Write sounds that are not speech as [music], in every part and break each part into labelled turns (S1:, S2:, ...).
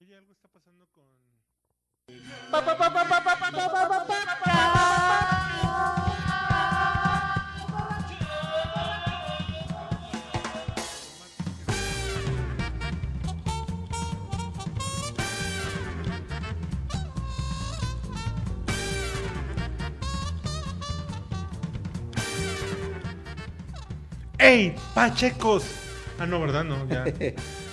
S1: Oye, algo está pasando con. ¡Ey, Pachecos! Ah, no, ¿verdad? No,
S2: [laughs]
S1: ya.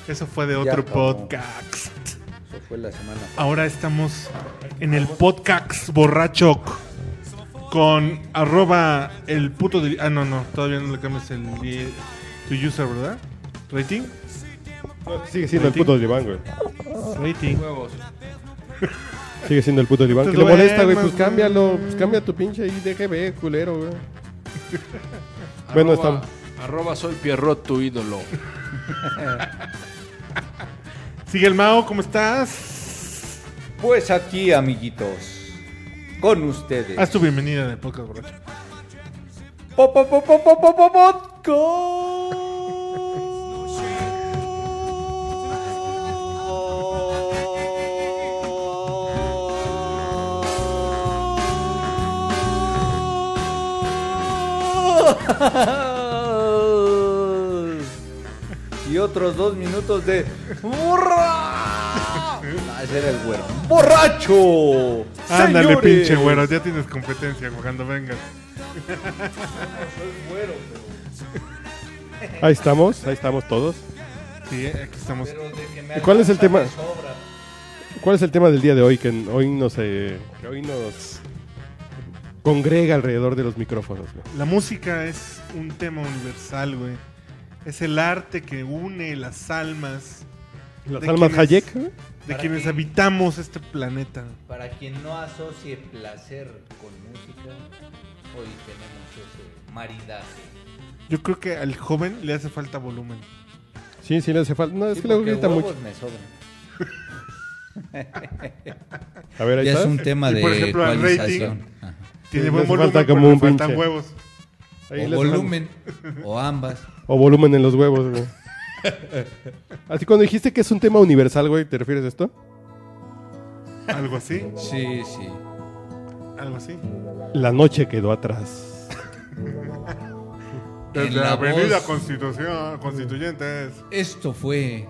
S1: Eso fue de otro
S2: acabó.
S1: podcast.
S2: Eso fue la semana.
S1: Ahora estamos en el podcast borracho con arroba el puto de... Ah, no, no, todavía no le cambias el di- tu user, ¿verdad? ¿Rating?
S3: Sigue siendo el puto del Iván, güey.
S1: Rating.
S4: Huevos.
S3: Sigue siendo el puto del Iván.
S1: Te
S3: Que
S1: lo
S3: lo molesta, güey.
S1: vemos,
S3: Pues cámbialo.
S1: güey.
S3: Pues cambia tu pinche IDGB, culero, güey. Bueno,
S4: Arroba-
S3: estamos.
S4: Arroba soy Pierrot, tu ídolo.
S1: Sigue el Mao, ¿cómo estás?
S2: Pues aquí, amiguitos, con ustedes.
S1: Haz tu bienvenida en el podcast borracho.
S2: Po, po, po, po, po, po, po, podcast. [laughs] Y otros dos minutos de
S3: [laughs]
S2: ¡Burra! Ese era el güero. ¡Borracho!
S3: Ah,
S1: Ándale,
S2: señores.
S1: pinche güero, ya tienes competencia cuando vengas.
S2: Soy güero, pero-
S3: Ahí estamos. Ahí estamos todos.
S1: Sí, eh, aquí estamos.
S2: Pero de que me
S3: ¿Y cuál es el
S2: alcanza
S3: tema?
S2: me sobra.
S3: ¿Cuál es el tema del día de hoy? Que n- hoy nos, eh, que hoy nos congrega alrededor de los micrófonos, güey.
S1: La música es un tema universal, güey. Es el arte que une las almas
S3: Las
S1: ¿De
S3: almas
S1: quién es?
S3: Hayek, güey.
S1: de
S2: ¿Para
S1: quienes
S2: qué?
S1: habitamos este planeta.
S2: Para quien no asocie placer con música, hoy tenemos ese maridaje.
S1: Yo creo que al joven le hace falta volumen.
S3: Sí, sí, le hace falta. No, es
S2: Sí,
S3: que luego
S2: porque
S3: grita
S2: huevos
S3: mucho.
S2: me sobran.
S3: A ver, ahí
S2: Ya es
S3: está.
S2: un tema
S1: Y,
S2: de
S1: por ejemplo, al rating,
S2: ecualización. Ajá.
S1: Tiene
S3: le
S1: buen
S3: hace
S1: volumen,
S3: falta
S1: pero
S3: como
S1: le
S3: un
S1: faltan
S3: pinche.
S1: huevos.
S3: Ahí
S2: o
S3: le hace falta.
S2: volumen, o ambas.
S3: O volumen en los huevos, güey. Así cuando dijiste que es un tema universal, güey, ¿te refieres a esto?
S1: Algo así,
S2: Sí, sí.
S1: algo
S2: [laughs]
S1: así.
S3: La noche quedó atrás.
S1: Desde
S2: En
S1: la,
S2: la
S1: avenida
S2: voz.
S1: Constitución, Constituyentes.
S2: Esto fue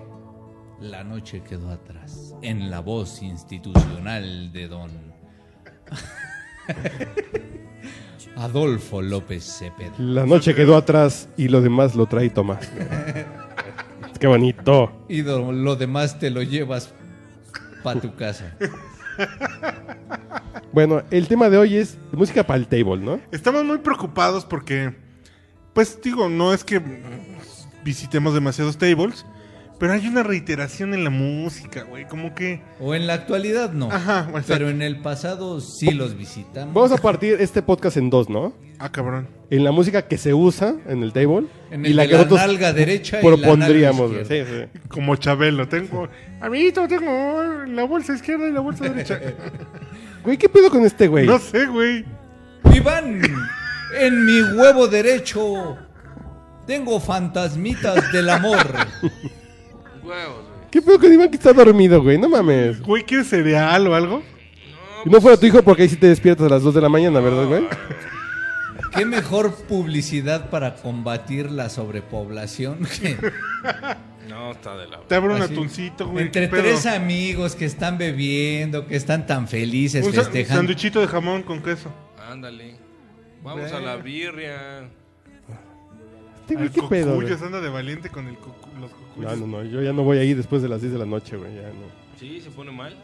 S2: La noche quedó atrás. En la voz institucional de don [laughs] Adolfo López Cepeda.
S3: La noche quedó atrás y lo demás lo trae Tomás. Qué bonito.
S2: Y do- lo demás te lo llevas para tu casa.
S3: Bueno, el tema de hoy es música para el table, ¿no?
S1: Estamos muy preocupados porque, pues digo, no es que mm, visitemos demasiados tables, pero hay una reiteración en la música, güey. Como que
S2: O en la actualidad no.
S1: Ajá, exacto.
S2: pero en el pasado sí los visitamos.
S3: Vamos a partir este podcast en dos, ¿no?
S1: Ah, cabrón.
S3: En la música que se usa en el table
S2: en
S3: y
S2: el
S3: la
S2: de
S3: que
S2: la
S3: nosotros
S2: nalga derecha y la nalga
S3: propondríamos. güey.
S2: izquierda.
S3: Sí, sí.
S1: Como Chabelo, tengo. Amiguito, tengo la bolsa izquierda y la bolsa derecha.
S3: Güey, ¿qué pedo con este güey?
S1: no sé, güey.
S2: Iván, en mi huevo derecho tengo fantasmitas del amor.
S4: Huevos, güey.
S3: ¿Qué pedo con Iván que está dormido, güey? No mames.
S1: Güey, ¿quieres cereal o algo?
S3: Y no fuera tu hijo porque ahí sí te despiertas a las 2 de la mañana, ¿verdad, güey?
S2: Qué mejor publicidad para combatir la sobrepoblación. [laughs] que
S4: No, está de la.
S1: Te abro un
S2: así.
S1: atuncito, güey.
S2: Entre
S1: ¿qué pedo?
S2: tres amigos que están bebiendo, que están tan felices,
S1: Un sa-
S2: festejando.
S1: sanduichito de jamón con queso.
S4: Ándale. Vamos a la birria.
S3: Este güey,
S1: Al
S3: ¿qué pedo, güey?
S1: cocuyos, anda de valiente con el cocu- los cocuyos.
S3: No, no, no, yo ya no voy ahí después de las 10 de la noche, güey, ya no.
S4: Sí, se pone mal.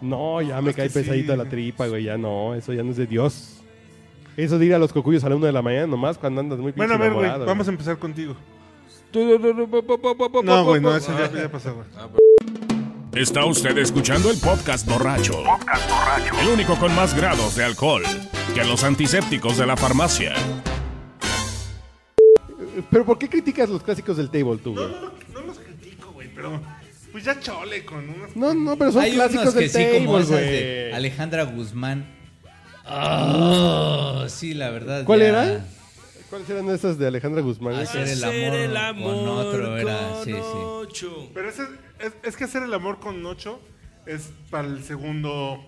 S3: No, ya me
S1: Es que
S3: cae
S1: sí.
S3: pesadita la tripa, güey, ya no, eso ya no es de Dios. Eso de ir a los cocuyos a la 1 de la mañana nomás cuando andas muy
S1: Bueno, a
S3: pinche
S1: ver, güey,
S3: enamorado,
S1: vamos a empezar contigo. No,
S4: No,
S1: güey, no, eso ya, ya pasó, güey.
S5: Está usted escuchando el podcast borracho. El único con más grados de alcohol que los antisépticos de la farmacia.
S3: Pero ¿por qué criticas los clásicos del table tú,
S1: No,
S3: güey?
S1: no, no los critico, güey, pero pues ya chole con unas...
S3: No, no, pero son
S2: Hay unos
S3: clásicos
S2: que
S3: del
S2: sí,
S3: table,
S2: como
S3: güey.
S2: esas de Alejandra Guzmán. Ah, sí, la verdad.
S3: ¿Cuál
S2: ya.
S3: era? ¿Cuáles eran esas de Alejandra Guzmán? güey?
S2: Hacer el amor, con otro era. Sí, sí.
S1: Pero ese- es, es que hacer el amor con Nocho es para el segundo,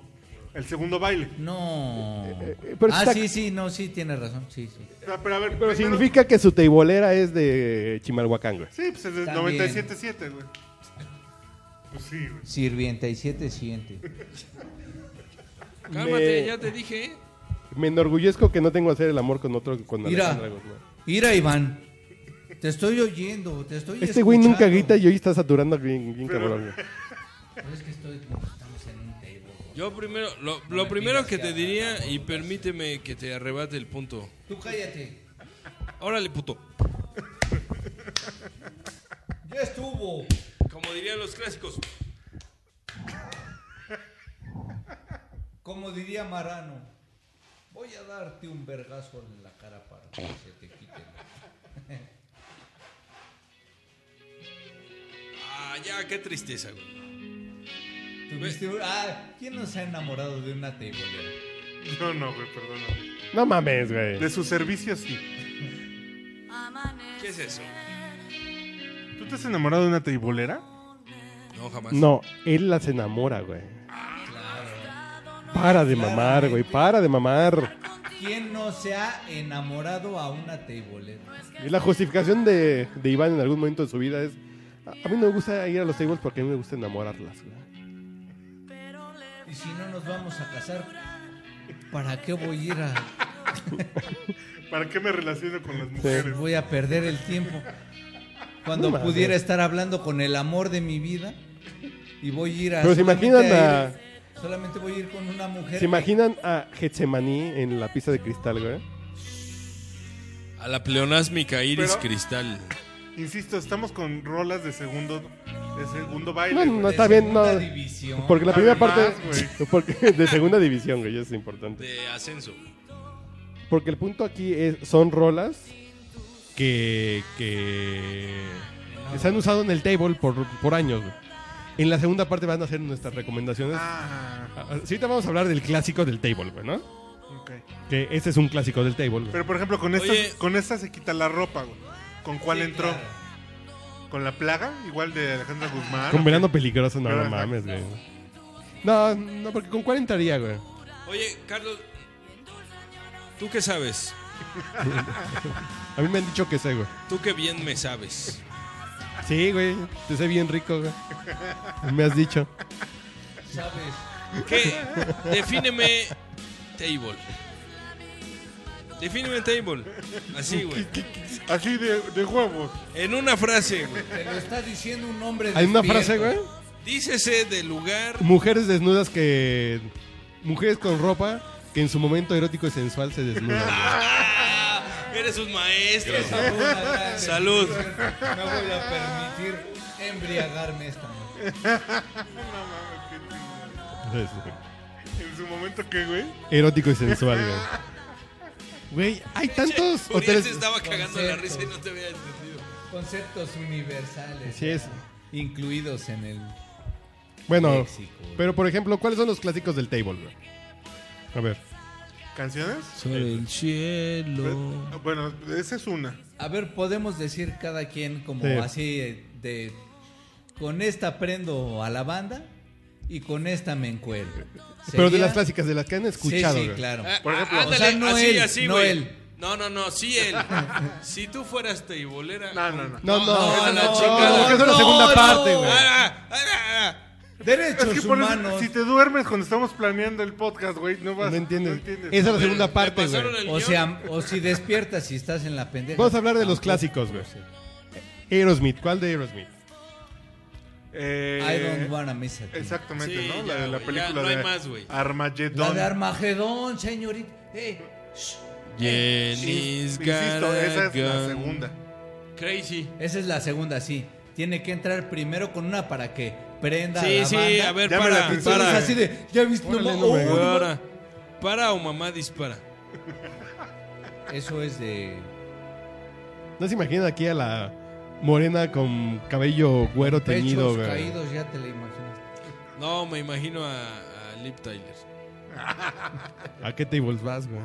S1: el segundo baile.
S2: No.
S3: eh, pero
S2: ah,
S3: está-
S2: sí, sí, no, sí, tiene razón. Sí, sí.
S1: O sea, pero a ver,
S3: Pero
S1: primero-
S3: Pues significa que su teibolera es de Chimalhuacán, güey.
S1: Sí, pues es de
S2: También.
S1: 97.7, güey. Pues sí, güey.
S2: Sirvienta y siete siente.
S4: Cálmate,
S3: Me-
S4: ya te dije.
S3: Me enorgullezco que no tengo que hacer el amor con otro con
S2: Mira.
S3: Alejandra Guzmán.
S2: Ira, Iván. Te estoy oyendo, te estoy
S3: Este güey nunca grita
S2: escuchando.
S3: y hoy está saturando bien, bien cabrón. güey.
S2: Pero es que estoy, estamos en un table.
S4: Yo primero, lo, lo
S2: me
S4: primero
S2: pidas
S4: que
S2: que
S4: te
S2: haga
S4: diría, y permíteme que te arrebate el punto.
S2: Tú cállate.
S4: Órale, puto.
S2: Ya estuvo.
S4: Como dirían los clásicos.
S2: Como diría Marano, voy a darte un vergazo en la cara para que se te quite.
S4: Ah, ya, qué tristeza, güey.
S2: ¿Tuviste un- Ah, ¿quién no se ha enamorado de una tebolera?
S1: No, no, güey, perdóname.
S3: No mames, güey.
S1: De su servicio sí.
S4: ¿Qué es eso?
S1: ¿Tú te has enamorado de una teibolera?
S4: No, jamás.
S3: No, él las enamora, güey. Para de mamar, güey. Para de mamar.
S2: ¿Quién no se ha enamorado a una tebolera?
S3: Y la justificación de, de Iván en algún momento de su vida es: A a mí no me gusta ir a los tables porque a mí me gusta enamorarlas, güey.
S2: Y si no nos vamos a casar, ¿para qué voy a ir a.?
S1: ¿Para qué me relaciono con las
S2: pues
S1: mujeres?
S2: voy a perder el tiempo. Cuando
S3: No mames.
S2: pudiera estar hablando con el amor de mi vida y voy a ir a.
S3: Pero se
S2: solamente
S3: imaginan
S2: a ir- Solamente voy a ir con una mujer.
S3: ¿Se imaginan a Getsemaní en la pista de cristal, güey?
S4: A la pleonásmica Iris
S1: Pero-
S4: Cristal.
S1: Insisto, estamos con rolas de segundo, de segundo baile.
S3: No,
S1: güey.
S3: no
S2: de
S3: está bien, no.
S2: segunda división.
S3: Porque la primera parte.
S1: Además, güey.
S3: [laughs] Porque, de segunda división, güey, eso es importante.
S4: De ascenso.
S3: Porque el punto aquí es, son rolas que, que se han usado en el table por, por años. güey. En la segunda parte van a ser nuestras recomendaciones.
S1: Ah,
S3: Sí, te vamos a hablar del clásico del table, güey, ¿no?
S1: ok.
S3: Que este es un clásico del table. güey.
S1: Pero por ejemplo, con
S4: Oye.
S1: esta, con esta se quita la ropa, güey. ¿Con cuál entró? ¿Con la plaga? Igual de Alejandra Guzmán.
S3: con verano peligroso, no,
S1: Pero-
S3: no mames, güey. No, no, porque con cuál entraría, güey.
S4: Oye, Carlos, ¿tú qué sabes?
S3: A mí me han dicho que sé, güey.
S4: Tú qué bien me sabes.
S3: Sí, güey. Te sé bien rico, güey. Me has dicho.
S2: ¿Sabes?
S4: ¿Qué? Defíneme table. Defíneme table. Así, güey.
S1: Así de, de huevos.
S4: En una frase, güey.
S2: Te lo está diciendo un hombre.
S3: Hay una
S2: despierto.
S3: frase, güey.
S4: Dícese del
S3: [laughs]
S4: lugar.
S3: Mujeres desnudas que. Mujeres con ropa que en su momento erótico y sensual se desnudan. güey.
S4: ¡Ah! Eres un maestro.
S2: Una grande
S4: [laughs] Salud.
S2: discusión. No voy a permitir embriagarme esta noche.
S1: No mames, qué chingón.
S3: Entonces, güey,
S1: En su momento, ¿qué, güey?
S3: erótico y sensual, güey. Güey, hay tantos
S4: Uriel
S3: hoteles.
S4: se estaba cagando de la risa y
S2: Conceptos.
S4: no te había entendido.
S2: Conceptos universales.
S3: Así es.
S2: Incluidos en el.
S3: Bueno,
S2: Léxico.
S3: pero por ejemplo, ¿cuáles son los clásicos del table, güey? A ver.
S1: ¿Canciones?
S4: Sobre el cielo.
S1: Bueno, esa es una.
S2: A ver, podemos decir cada quien como
S3: Sí.
S2: así eh, de. Con esta prendo a la banda y con esta me encuentro.
S3: Pero de las clásicas, de las que han escuchado,
S2: Sí, sí,
S3: güey.
S2: claro.
S1: Eh, Por ejemplo.
S4: Ah, ándale,
S2: O sea, no
S4: así,
S2: él,
S4: así,
S2: no
S4: güey.
S2: él.
S4: No, no, no, sí él. si tú fueras Ah, teibolera.
S1: No, no, no.
S3: No, no,
S4: No,
S3: no,
S4: a la
S3: no,
S4: chingada.
S3: porque esa es la
S2: No,
S3: segunda
S2: no.
S3: parte, güey.
S4: Ah, ah, ah, ah.
S2: Derechos
S1: Es que por eso,
S2: humanos.
S1: si te duermes cuando estamos planeando el podcast, güey, no vas.
S3: No entiendes.
S1: No entiendes.
S3: Esa es la
S4: Pero
S3: segunda
S4: me
S3: parte, güey.
S4: pasaron el
S2: O
S4: guión.
S2: sea, o si despiertas y estás en la pendeja.
S3: Vamos a hablar de los
S2: Tampoco.
S3: clásicos, güey. Aerosmith, ¿cuál de Aerosmith?
S1: Eh,
S2: I don't wanna miss it.
S1: Exactamente,
S4: Sí,
S1: ¿no? la
S4: ya,
S1: de la
S4: güey, ya,
S1: película
S4: no
S1: de
S4: hay más, güey.
S2: La
S1: Armageddon.
S2: de Armagedón, señorita. Eh,
S4: Jenny's
S1: Insisto,
S4: got
S1: esa
S4: a
S1: es la
S4: gun.
S1: segunda.
S4: Crazy.
S2: esa es la segunda, sí. Tiene que entrar primero con una para que prenda
S4: Sí,
S2: la
S4: sí,
S2: banda.
S4: a ver,
S1: Ya me la
S4: para,
S2: Y tú eres
S4: para.
S2: así de, ya viste, no,
S3: Órale,
S2: ma-
S3: no,
S2: oh,
S3: güey.
S2: no, ma-
S4: Ahora, para o mamá dispara.
S2: Eso es de
S3: No se imaginan aquí a la morena con cabello güero teñido,
S2: pechos
S3: güey.
S2: caídos, ya te la imaginas.
S4: No, me imagino a, a Lip Tyler.
S3: ¿A qué tables vas, güey?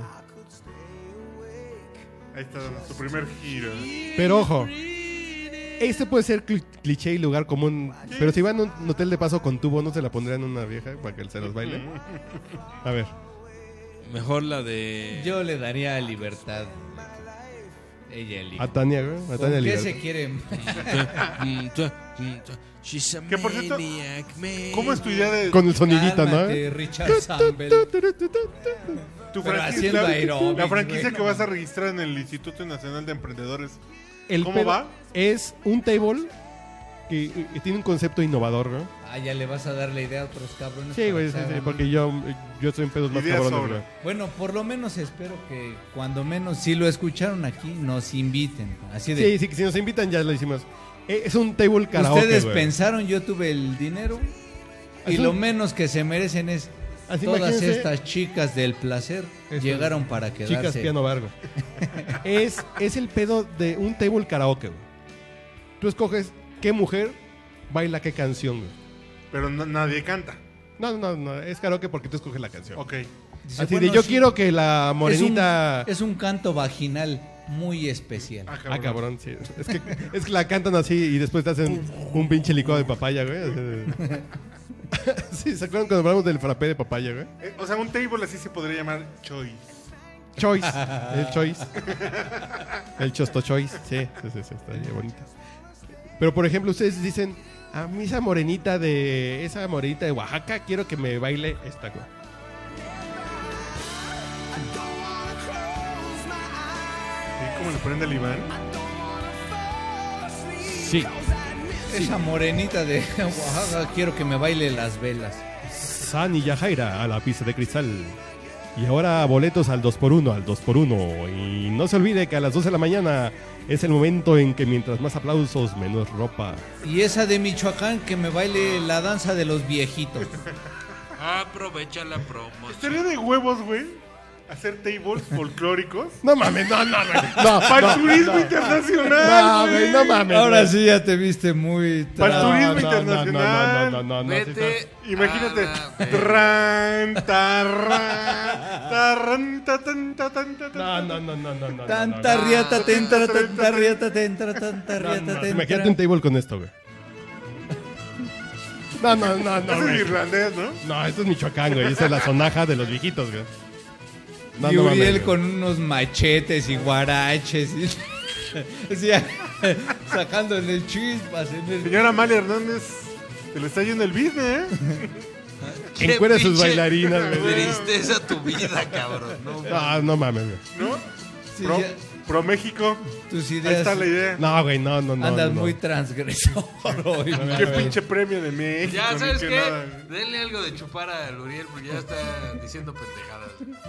S1: Ahí está dando su primer giro.
S3: Pero ojo, Este puede ser cli- cliché y lugar común, pero si van a un hotel de paso con tubo, ¿no se la pondrían a una vieja para que se las baile? A ver.
S4: Mejor la de.
S2: Eh, Yo le daría libertad. Ella elige.
S3: A Tania, güey. A
S2: ¿Con
S3: Tania
S2: qué
S3: Ah, Libertad.
S2: se
S3: [laughs]
S2: quiere?
S4: Mm, tu- mm, tu- [laughs] She's a
S1: Que por cierto,
S4: maniac, maniac.
S1: ¿Cómo es tu idea de
S3: Con el sonidita, ¿no?
S2: Cálmate, Richard Campbell.
S1: tu
S2: Pero haciendo
S1: la,
S2: aeróbics,
S1: la franquicia
S2: güey.
S1: que vas a registrar en el Instituto Nacional de Emprendedores?
S3: El
S1: ¿Cómo
S3: pedo
S1: va?
S3: Es un table que, que tiene un concepto innovador, ¿no?
S2: Ah, ya le vas a dar la idea a otros cabrones.
S3: Sí,
S2: para
S3: güey,
S2: que
S3: sí,
S2: se
S3: sí,
S2: hagan
S3: porque yo, yo estoy en pedos más
S1: Ideas
S3: cabrones,
S1: sobre.
S3: güey.
S2: Bueno, por lo menos espero que cuando menos, si lo escucharon aquí, nos inviten. Así de,
S3: Sí, sí, que si nos invitan ya lo hicimos. Eh, Es un table karaoke,
S2: ustedes
S3: güey.
S2: pensaron, yo tuve el dinero y
S3: Así-
S2: lo menos que se merecen es
S3: Así
S2: todas
S3: imagínense-
S2: estas chicas del placer
S3: Eso.
S2: llegaron para quedarse.
S3: Chicas piano bar, güey. es, es el pedo de un table karaoke, güey. Tú escoges qué mujer baila qué canción, güey.
S1: Pero no- nadie canta.
S3: No, no, no, es karaoke porque tú escoges la canción.
S1: Ok.
S2: Dice,
S3: Así
S2: bueno,
S3: de, yo
S2: sí,
S3: quiero que la
S2: es un-
S3: morenita...
S2: Es un, canto vaginal muy especial.
S1: Ah,
S3: Ah, cabrón, sí. Es que, es que la cantan así y después te hacen un pinche licuado de papaya, güey. Así de- [laughs] sí, ¿se acuerdan cuando hablamos del frappé de papaya, güey?
S1: Eh, o sea, un table así se podría llamar choice.
S3: Choice. El choice. El chosto choice. Sí, sí, sí, sí, está bien bonito. Pero, por ejemplo, ustedes dicen, a mí esa morenita de... Esa morenita de Oaxaca, quiero que me baile esta, güey.
S1: ¿Sí? ¿Cómo le prende el Iván?
S4: Sí.
S2: Esa morenita de Oaxaca, quiero que me baile las velas.
S3: San y Yajaira a la pista de cristal. Y ahora boletos al 2x1, al 2x1. Y no se olvide que a las 12 de la mañana es el momento en que mientras más aplausos, menos ropa.
S2: Y esa de Michoacán, que me baile la danza de los viejitos.
S4: Aprovecha la promoción.
S1: Sería de huevos, güey, hacer tables folclóricos
S3: [laughs] No mames, no, no, güey. No,
S1: para
S3: no,
S1: el turismo
S3: no. No,
S1: internacional,
S3: güey,
S1: güey.
S3: no mames.
S2: Ahora
S3: güey.
S2: sí ya te viste muy...
S1: Para el
S3: No,
S1: turismo
S3: no,
S1: internacional.
S3: No, no, no, no, no, no, sí,
S4: Vete.
S1: Imagínate.
S3: Ah,
S4: a la verga.
S1: Tran,
S3: [laughs]
S1: tarran, tarran, tatan, tatan, tatan.
S3: No, no, no, no, no, no, no,
S2: Tanta
S3: no,
S2: riata te entra, tanta riata te entra, tanta
S3: no, no,
S2: riata te
S3: no.
S2: entra.
S3: Imagínate un table con esto, güey. No, no, [laughs] no, no.
S1: Eso
S3: güey.
S1: es irlandés, ¿no?
S3: No, esto es Michoacán, güey. Esa es la sonaja de los viejitos, güey. No,
S2: y
S3: no mames,
S2: Uriel
S3: güey.
S2: con unos machetes y guaraches y... [laughs] o sea, [laughs] sacándole chispas en el...
S1: Señora Amalia Hernández, se le está yendo el business, ¿eh?
S4: Qué
S3: Encuera sus
S4: pinche
S3: bailarinas, güey.
S4: Tristeza tu vida, cabrón.
S1: [laughs]
S4: No,
S3: No, no mames, güey.
S1: ¿No?
S2: Sí,
S1: Pro,
S2: ya,
S1: pro México.
S2: tus
S1: Ahí
S2: ideas
S1: está la idea.
S3: No, güey, no, no, no.
S2: andas
S3: no, no.
S2: muy transgresor hoy.
S1: Qué pinche premio de México.
S4: Ya,
S1: ni
S4: ¿sabes
S1: que
S4: qué?
S1: nada, güey.
S4: Denle algo de chupar al Uriel, porque ya está diciendo [laughs] pendejadas.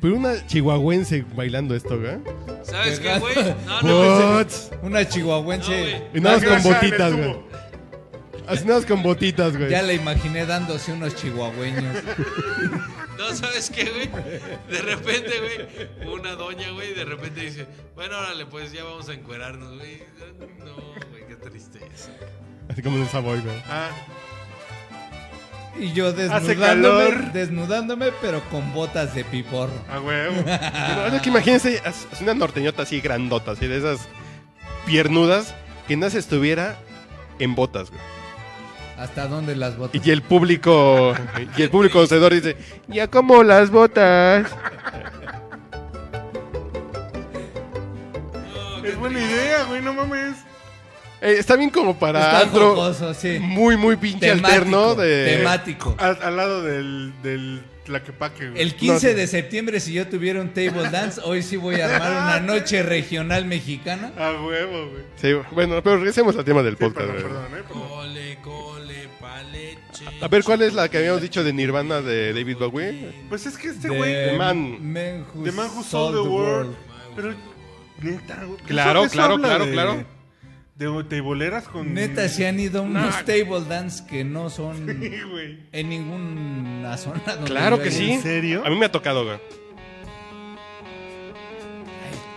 S3: Pero una chihuahuense bailando esto, güey.
S4: ¿Sabes qué,
S2: ¿Verdad?
S4: güey? [laughs] No, no.
S3: What?
S2: Una
S4: No,
S2: chihuahuense...
S4: güey.
S3: Y nada más
S1: La
S3: con
S1: grasa en
S3: botitas,
S1: el
S3: güey.
S1: tubo.
S3: Así nada más con botitas, güey.
S2: ya la imaginé dándose unos chihuahueños.
S4: No, ¿sabes qué, güey? De repente, güey, una doña, güey, de repente dice, bueno, órale, pues ya vamos a encuerarnos, güey. No, güey, qué tristeza.
S3: Así como en el Savoy, güey.
S1: Ah,
S2: Y yo desnudándome,
S1: calor.
S2: desnudándome, pero con botas de piporro.
S1: a huevo.
S3: Pero es que imagínense, haz- haz una norteñota así grandota, así de esas piernudas que nada se estuviera en botas, güey.
S2: ¿Hasta dónde las botas?
S3: Y el [laughs] público, y el público conocedor dice, ya como las botas.
S1: Es buena idea, güey, no mames.
S3: Eh, está bien como para
S2: Está
S3: antro
S2: jocoso, sí.
S3: muy, muy pinche alterno de...
S2: temático.
S1: A- al lado del, del Tlaquepaque, güey.
S2: El 15 de septiembre, si yo tuviera un table dance, hoy sí voy a armar una noche regional mexicana.
S1: A huevo, güey.
S3: Sí, bueno, pero regresemos al tema del
S1: Sí,
S3: podcast.
S1: perdón,
S3: güey.
S1: perdón, ¿eh? Perdón.
S4: Cole, cole, paleche.
S3: A ver, ¿cuál es la que habíamos dicho de Nirvana de David Bowie?
S1: Pues es que este
S2: De
S1: güey...
S3: Man.
S2: Men Who
S1: The Man Who
S2: Sold
S1: Sold the World. Pero, neta, güey,
S3: Claro,
S1: eso
S3: claro,
S1: habla
S3: claro,
S1: de-
S3: claro.
S1: De teiboleras con. [laughs]
S2: Neta, se han ido unos table dance que no
S1: Sí,
S2: son
S1: güey.
S2: en ninguna zona. donde
S3: Claro
S2: yo
S3: que
S2: haya
S3: sí.
S1: ¿En serio?
S3: A mí me ha tocado, güey.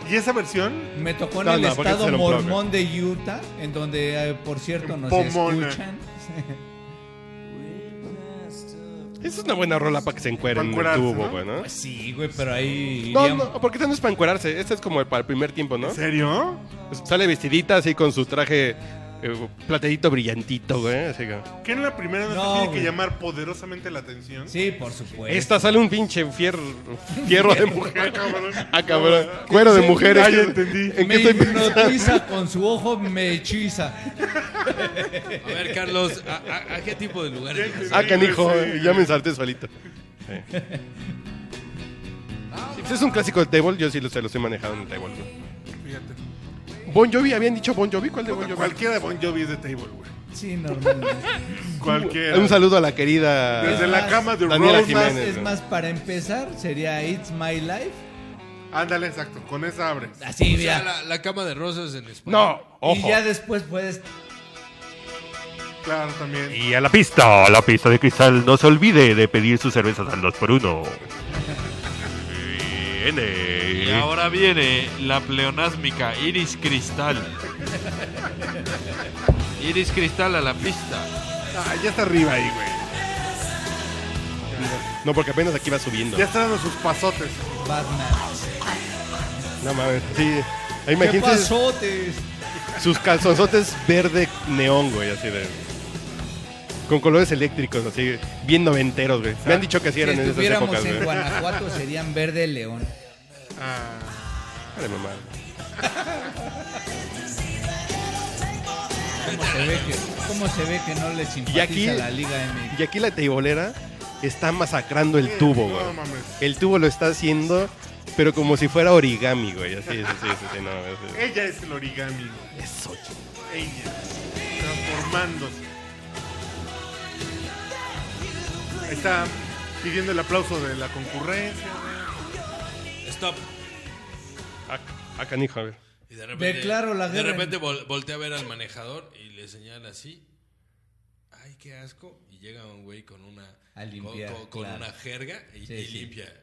S1: ¿Y esa versión?
S2: Me tocó en
S3: No,
S2: el
S3: no, porque
S2: estado
S3: ese era un blog,
S2: mormón de Utah, en donde, eh, por cierto, nos
S1: Pomona.
S2: escuchan.
S3: Es una buena rola para que se encueren en el
S1: Encuerarse,
S3: tubo,
S1: ¿no?
S3: güey, ¿no?
S2: Pues sí, güey, pero ahí.
S3: No,
S2: iría-
S3: no, porque esta no es para encuerarse. Esta es como para el primer tiempo, ¿no?
S1: ¿En serio?
S3: Sale vestidita así con su traje eh, plateadito brillantito, güey. así que-
S1: ¿Qué en la primera no,
S2: No,
S1: te tiene
S2: güey.
S1: que llamar poderosamente la atención?
S2: Sí, por supuesto.
S3: Esta sale un pinche fier- fierro de mujer.
S1: Cabrón.
S3: Ah, cabrón. Cuero de mujer.
S1: Ah, ya entendí.
S2: me
S3: ¿En qué estoy pensando?
S2: hipnotiza con su ojo, me hechiza.
S4: A ver, Carlos, ¿a, a- a qué tipo de lugares? llegas?
S3: [laughs] Ah, canijo. Ya me ensarté solito. Sí. Sí, pues es un clásico del table. Yo sí lo- se los he manejado en el table. güey.
S1: Fíjate.
S3: Bon Jovi, habían dicho Bon Jovi. ¿Cuál de Bon Jovi?
S1: Cualquiera de Bon Jovi es de table, güey.
S2: Sí, normalmente.
S3: [laughs]
S1: Cualquiera.
S3: Un saludo a la querida.
S1: Desde la cama de
S3: Ah. Daniela
S1: Rose.
S3: Jiménez.
S2: Es más, para empezar, sería It's My Life.
S1: Ándale, exacto. Con esa abres.
S2: Así,
S4: O sea,
S2: mira.
S4: la, la cama de rosas en España.
S3: No,
S2: Y
S3: ojo.
S2: ya después puedes.
S1: Claro, también.
S6: Y a la pista, a la pista de cristal, no se olvide de pedir sus cervezas al 2x1.
S7: Y ahora viene la pleonásmica Iris
S4: [laughs]
S7: Cristal. Iris Cristal a la pista.
S1: Ah, ya está arriba ahí, güey.
S3: No, porque apenas aquí va subiendo.
S1: Ya está dando sus pasotes.
S2: Batman.
S3: No mames. Sí. Ahí
S2: ¿Qué
S3: Imagínense
S2: pasó? Te-
S3: sus calzonzotes verde neón, güey, así de. Con colores eléctricos, así, bien noventeros, güey. Me han dicho que así
S2: Si
S3: eran en esas
S2: estuviéramos
S3: épocas,
S2: en
S3: güey.
S2: Guanajuato, serían Verde León.
S1: Ah,
S3: Ay, mamá.
S2: ¿Cómo se ve que, cómo se ve que no les simpatiza
S3: aquí-
S2: la Liga MX?
S3: Y aquí la teibolera está masacrando el tubo, güey.
S1: No mames.
S3: El tubo lo está haciendo, pero como si fuera origami, güey. Así, así, así, así, no, así.
S1: Ella es el origami. güey.
S3: Eso, chico.
S1: Ella. Transformándose. Ahí Está pidiendo el aplauso de la concurrencia.
S4: Stop.
S3: Ah, Acá, hijo, a ver.
S4: Y de repente,
S2: Declaro la
S4: de
S2: guerra.
S4: repente vol- voltea a ver al manejador y le señala así. Ay, qué asco. Y llega un güey con una,
S2: A limpiar,
S4: con, con- con
S2: claro.
S4: una jerga y,
S2: Sí,
S4: y
S2: sí.
S4: limpia.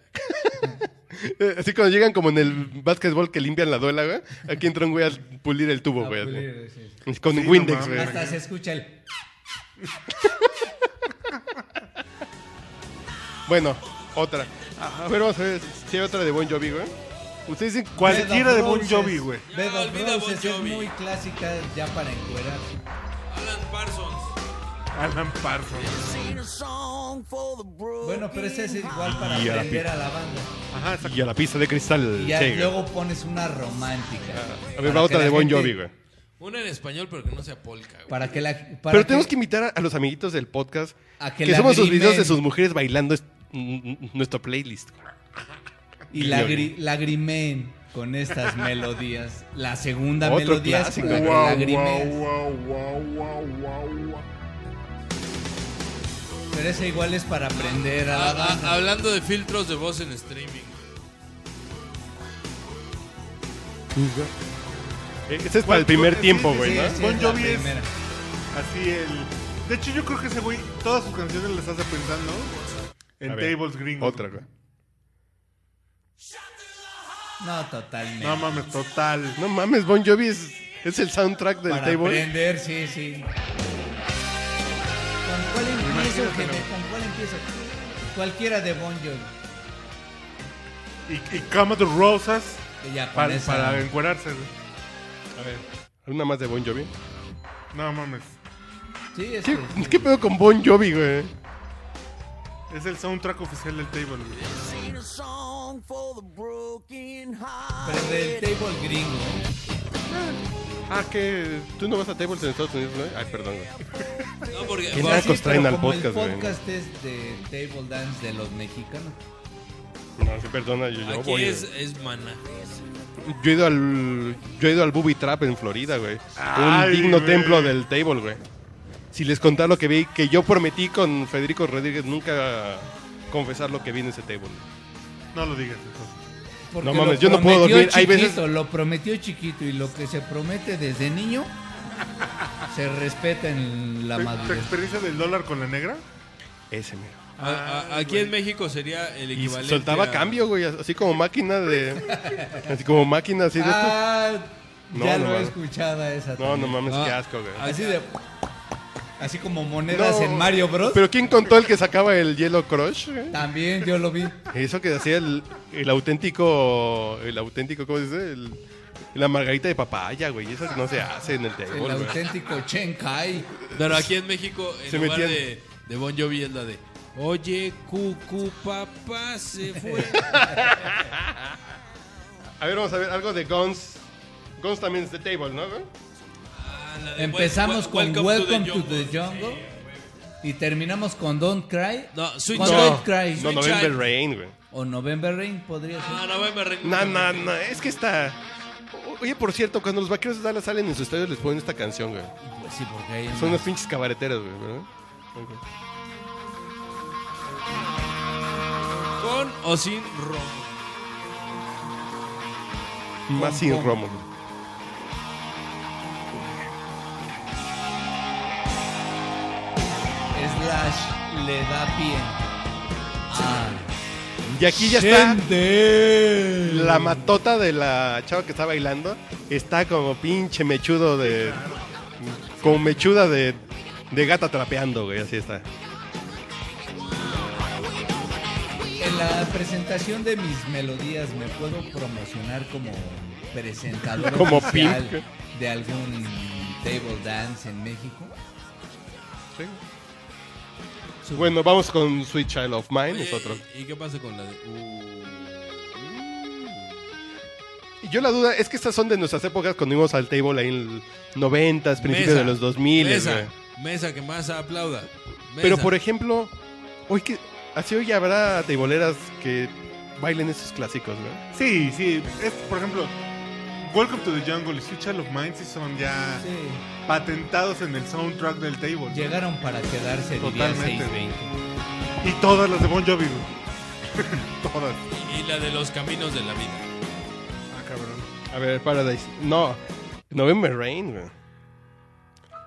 S3: Eh, Así cuando llegan como en el básquetbol que limpian la duela, güey. Aquí entra un güey a pulir el tubo,
S2: Ah,
S3: güey. así.
S2: pulir, sí, sí.
S3: Con
S1: Sí, no
S3: Windex,
S1: mames.
S3: güey.
S2: Hasta se escucha el.
S3: Bueno, otra. A ver, vamos a ver si hay otra de Bon Jovi, güey. Ustedes dicen cuál.
S1: Cualquiera de
S2: Bed of
S1: Bon
S2: Roses.
S1: Jovi, güey.
S4: Ya,
S2: Bed of
S4: olvida Bon
S2: Roses
S4: Jovi.
S2: es muy clásica ya para encuerar.
S4: Alan Parsons.
S1: Alan Parsons.
S2: Bueno, pero ese es igual para
S3: Y a la
S2: aprender a la banda.
S1: Ajá, exacto.
S3: Y a la pista de cristal.
S2: Y ya
S3: sí, güey. Ah,
S2: luego pones una romántica.
S3: a
S2: Para
S3: ver, va
S2: que
S3: otra
S2: la
S3: de Bon
S2: gente-
S3: Jovi, güey.
S4: Una en español, pero que no sea polka, güey.
S2: Para que la. para
S3: Pero tenemos que invitar a, a los amiguitos del podcast
S2: A
S3: que,
S2: que
S3: somos sus
S2: lagrimen.
S3: videos de sus mujeres bailando es- mm, mm, nuestro playlist. güey.
S2: Y lagri- lagrimeen con
S3: [laughs]
S2: estas melodías. La segunda
S3: Otro
S2: melodía
S3: clásico.
S2: es para que
S1: Wow,
S2: lagrimeen.
S1: wow, wow, wow, wow, wow.
S2: Pero esa igual es para aprender a la
S4: Ah, ah,
S2: banda.
S4: hablando de filtros de voz en streaming.
S3: Eh, Ese es para el primer
S1: Sí,
S3: tiempo,
S1: sí,
S3: güey,
S1: sí,
S3: ¿no?
S1: Bon
S2: es la
S1: Jovi es-
S2: primera.
S1: Así el. De hecho, yo creo que ese güey, todas sus canciones las hace pensando en
S3: A ver,
S1: tables gringos.
S3: Otra, güey.
S2: No, totalmente.
S1: No mames, total.
S3: No mames, Bon Jovi es, es el soundtrack del
S2: para
S3: table.
S2: aprender, sí, sí. ¿Con cuál empiezo, jefe? ¿Con cuál empiezo? Cualquiera de Bon Jovi.
S1: Y, y Cama de Rosas
S2: que ya con
S1: para,
S2: esa-
S1: para encuerarse. güey.
S3: ¿Alguna más de Bon Jovi?
S1: No mames.
S2: Sí, es
S3: ¿Qué,
S2: que-
S3: ¿Qué pedo con Bon Jovi, güey?
S1: Es el soundtrack oficial del table, güey.
S2: pero del table gringo.
S3: Ah, que tú no vas a tables en Estados Unidos, ¿no? Ay, perdón, güey.
S4: No, porque.
S3: ¿Qué
S4: por-
S3: nacos
S2: pero
S3: traen al
S2: como
S3: podcast, güey,
S2: El podcast es de table dance de los mexicanos.
S3: No, sí, perdona, yo, yo
S4: Aquí
S3: voy.
S4: es,
S3: güey.
S4: es mana.
S3: Yo he ido al yo he ido al Booby Trap en Florida, güey.
S1: Ay,
S3: Un digno
S1: güey.
S3: templo del table, güey. Si les contara lo que vi, que yo prometí con Federico Rodríguez nunca confesar lo que vi en ese table.
S1: No lo digas. eso.
S2: Porque
S3: No mames,
S2: lo
S3: yo no puedo
S2: prometió
S3: dormir. Hay
S2: Chiquito,
S3: veces-
S2: Lo prometió chiquito y lo que se promete desde niño se respeta en la
S1: ¿Tu- ¿Tu
S2: madurez.
S1: experiencia del dólar con la negra?
S3: Ese, mero.
S4: A- a- aquí en México sería el
S3: Y
S4: equivalente.
S3: soltaba
S4: a-
S3: cambio, güey, así como máquina de [laughs] así como máquina así de esto.
S2: Ah,
S3: No,
S2: ya
S3: no
S2: lo he
S3: mames.
S2: escuchado a esa.
S3: No, no
S2: también.
S3: mames,
S4: Ah.
S3: qué asco, güey.
S4: Ah,
S2: Así de. Así como monedas
S3: No,
S2: en Mario Bros.
S3: Pero ¿quién contó el que sacaba el hielo crush? eh?
S2: También yo
S3: [laughs]
S2: lo vi.
S3: Eso que hacía el, el auténtico, el auténtico, ¿cómo se dice? El- la margarita de papaya, güey. Eso no se hace en el table,
S2: El
S3: güey.
S2: auténtico Chen Kai.
S4: Pero aquí en México, en
S3: Se
S4: lugar
S3: metían.
S4: de, de Bon Jovi, es la de Oye, cucu, papá se fue.
S3: A ver, vamos a ver algo de Guns. Guns también es de table, ¿no? güey?
S4: Ah, la de
S2: Empezamos
S4: Wel-
S2: con Welcome, to, the
S4: Jungle.
S2: Jungle. Y terminamos con Don't Cry.
S4: No, Sweet
S2: con
S4: Child.
S2: Don't Cry.
S3: No,
S4: Sweet
S3: November
S4: Child.
S3: Rain, güey.
S2: O November Rain podría ser.
S4: Ah, no, me arreglo.
S3: No, no, no. Es que está... Oye, por cierto, cuando los vaqueros de Dallas salen en sus estadios les ponen esta canción, güey.
S2: Pues sí, porque ahí
S3: Son unos pinches cabareteros, güey, ¿verdad? Ok.
S4: Con o sin rock.
S3: Más sin romo. güey.
S2: Slash le da pie. Ah,
S3: Y aquí ya está
S2: Gente.
S3: la matota de la chava que está bailando. Está como pinche mechudo de. Como mechuda de, de gata trapeando, güey. Así está.
S2: En la presentación de mis melodías me puedo promocionar como presentador
S3: Como
S2: oficial
S3: Pink.
S2: de algún table dance en México.
S3: Bueno, vamos con Sweet Child of Mine. Es
S4: Oye,
S3: otro.
S4: ¿Y qué pasa con la de.? Uh,
S3: Y Yo la duda es que estas son de nuestras épocas cuando íbamos al table ahí en los 90, principios
S4: mesa,
S3: de los 2000.
S4: Mesa,
S3: güey.
S4: mesa que más aplauda.
S3: Pero
S4: Mesa.
S3: por ejemplo, hoy que. Así hoy habrá teiboleras que bailen esos clásicos, güey.
S1: Sí, sí. Es, por ejemplo, Welcome to the Jungle y Switch Child of Mine sí son ya
S2: Sí.
S1: patentados en el soundtrack del table.
S2: Llegaron para quedarse el día
S1: Totalmente.
S2: 620.
S1: Y todas las de Bon Jovi, güey. todas.
S4: Y la de los caminos de la vida.
S1: Ah, cabrón.
S3: A ver, Paradise. No, November Rain, güey.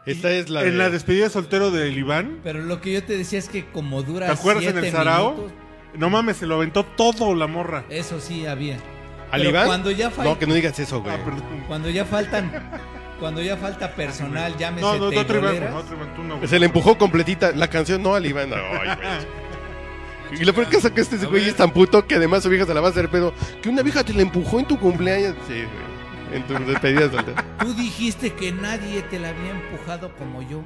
S3: Esta es la
S1: en
S3: de...
S1: la despedida de soltero del Iván,
S2: Pero lo que yo te decía es que como dura
S1: ¿te acuerdas en
S2: siete
S1: el Sarao?
S2: minutos,
S1: No mames, se lo aventó todo la morra.
S2: eso sí había.
S3: ¿Al
S2: Pero
S3: Iván?
S2: Cuando ya, fal-
S3: No, que no digas eso, güey.
S1: Ah, perdón.
S2: cuando ya faltan, cuando ya falta personal, llámese
S1: No, no, no, otro Iván,
S2: teiboleras.
S1: no, otro Iván, tú no. güey.
S3: Se le empujó completita la canción, no al Iván. no, ay, güey. Y lo peor que es que este
S4: A
S3: güey
S4: ver.
S3: es tan puto que además su vieja se la va a hacer pedo. Que una vieja te la empujó en tu cumpleaños. Sí, güey. En tu despedida de soltero.
S2: Tú dijiste que nadie te la había empujado como
S1: [laughs]
S2: yo.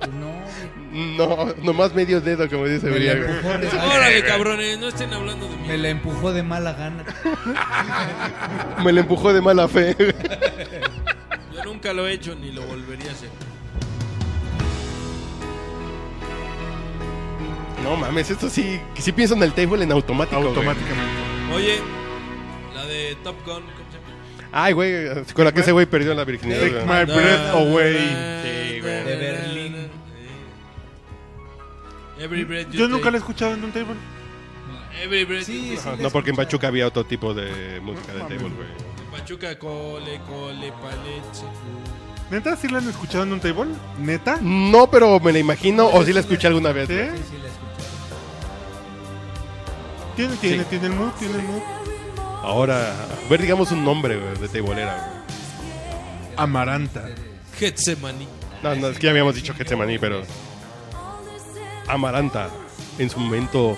S2: Pues no, güey.
S3: No, nomás medio dedo, como dice
S2: me la
S3: Briago.
S1: [laughs]
S2: empujó de,
S4: Órale, cabrones, no estén hablando de mí.
S2: me la empujó de mala gana.
S3: Me la empujó de mala fe. güey.
S4: Yo nunca lo he hecho ni lo volvería a hacer.
S3: No mames, esto sí. Sí pienso en el table en automático. güey.
S1: Automáticamente.
S4: Oye, la de Top Gun. ¿cómo se llama?
S3: Ay, güey. Con la que ese güey perdió la virginidad.
S1: Take
S3: güey.
S1: my breath away.
S3: Sí, güey.
S2: De Berlín.
S4: Sí. Every breath you
S1: Yo nunca la he
S4: take.
S1: escuchado en un table.
S4: Every breath you
S2: Sí, sí.
S4: take.
S2: la
S3: Ah, No, porque en
S2: escuchaba.
S3: Pachuca había otro tipo de música de table, güey.
S4: Pachuca, cole, cole, paleche.
S1: ¿Neta sí la han escuchado en un table? ¿Neta?
S3: No, pero me la imagino, o sí la escuché alguna vez.
S1: ¿Sí?
S3: güey.
S2: Sí, sí la escuché.
S1: Tiene, tiene, tiene el mood, tiene el mood.
S3: Ahora, a ver, digamos un nombre güey, de teibolera.
S1: Amaranta.
S4: Getsemaní.
S3: güey. No, no, es que ya habíamos dicho Getsemaní, pero. Amaranta, en su momento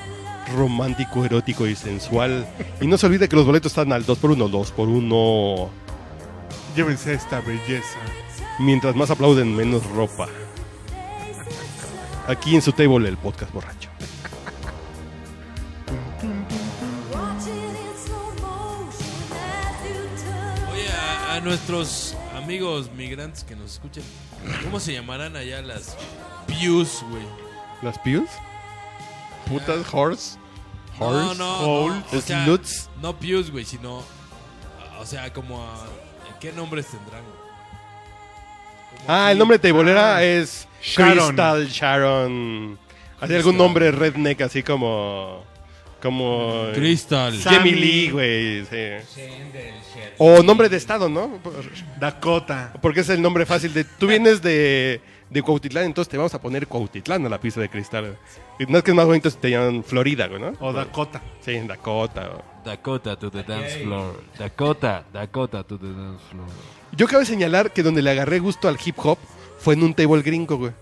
S3: romántico, erótico y sensual. Y no se olvide que los boletos están al 2x1, 2x1.
S1: Llévense esta belleza.
S3: Mientras más aplauden, menos ropa. Aquí en su table, el podcast borracho.
S4: Oye, a, a nuestros amigos migrantes que nos escuchan, ¿cómo se llamarán allá las views, güey?
S3: ¿Las Pius? ¿Putas? ¿Horse?
S4: Ah. No,
S3: ¿Horse?
S4: no,
S3: hole,
S4: no. O sea,
S3: ¿Sluts?
S4: no views, güey, sino, o sea, como a, ¿qué nombres tendrán? güey?
S3: Ah, el nombre de teibolera es
S1: Sharon.
S3: Crystal Sharon. Así algún nombre redneck, así como. Como.
S4: Mm. Crystal.
S3: Jamie
S1: Sammy.
S3: Lee, güey. sí.
S2: Chen del Sher-
S3: O nombre de estado, ¿no? Por-
S1: Dakota.
S3: Porque es el nombre fácil de. Tú vienes de, de Cuautitlán, entonces te vamos a poner Cuautitlán a la pista de cristal. Y No es que es más bonito si te llaman Florida, güey, ¿no?
S1: O Dakota.
S3: Sí, en Dakota. o-
S7: Dakota to the dance floor. Dakota, Dakota to the dance floor.
S3: Yo cabe señalar que donde le agarré gusto al hip hop fue en un table gringo, güey.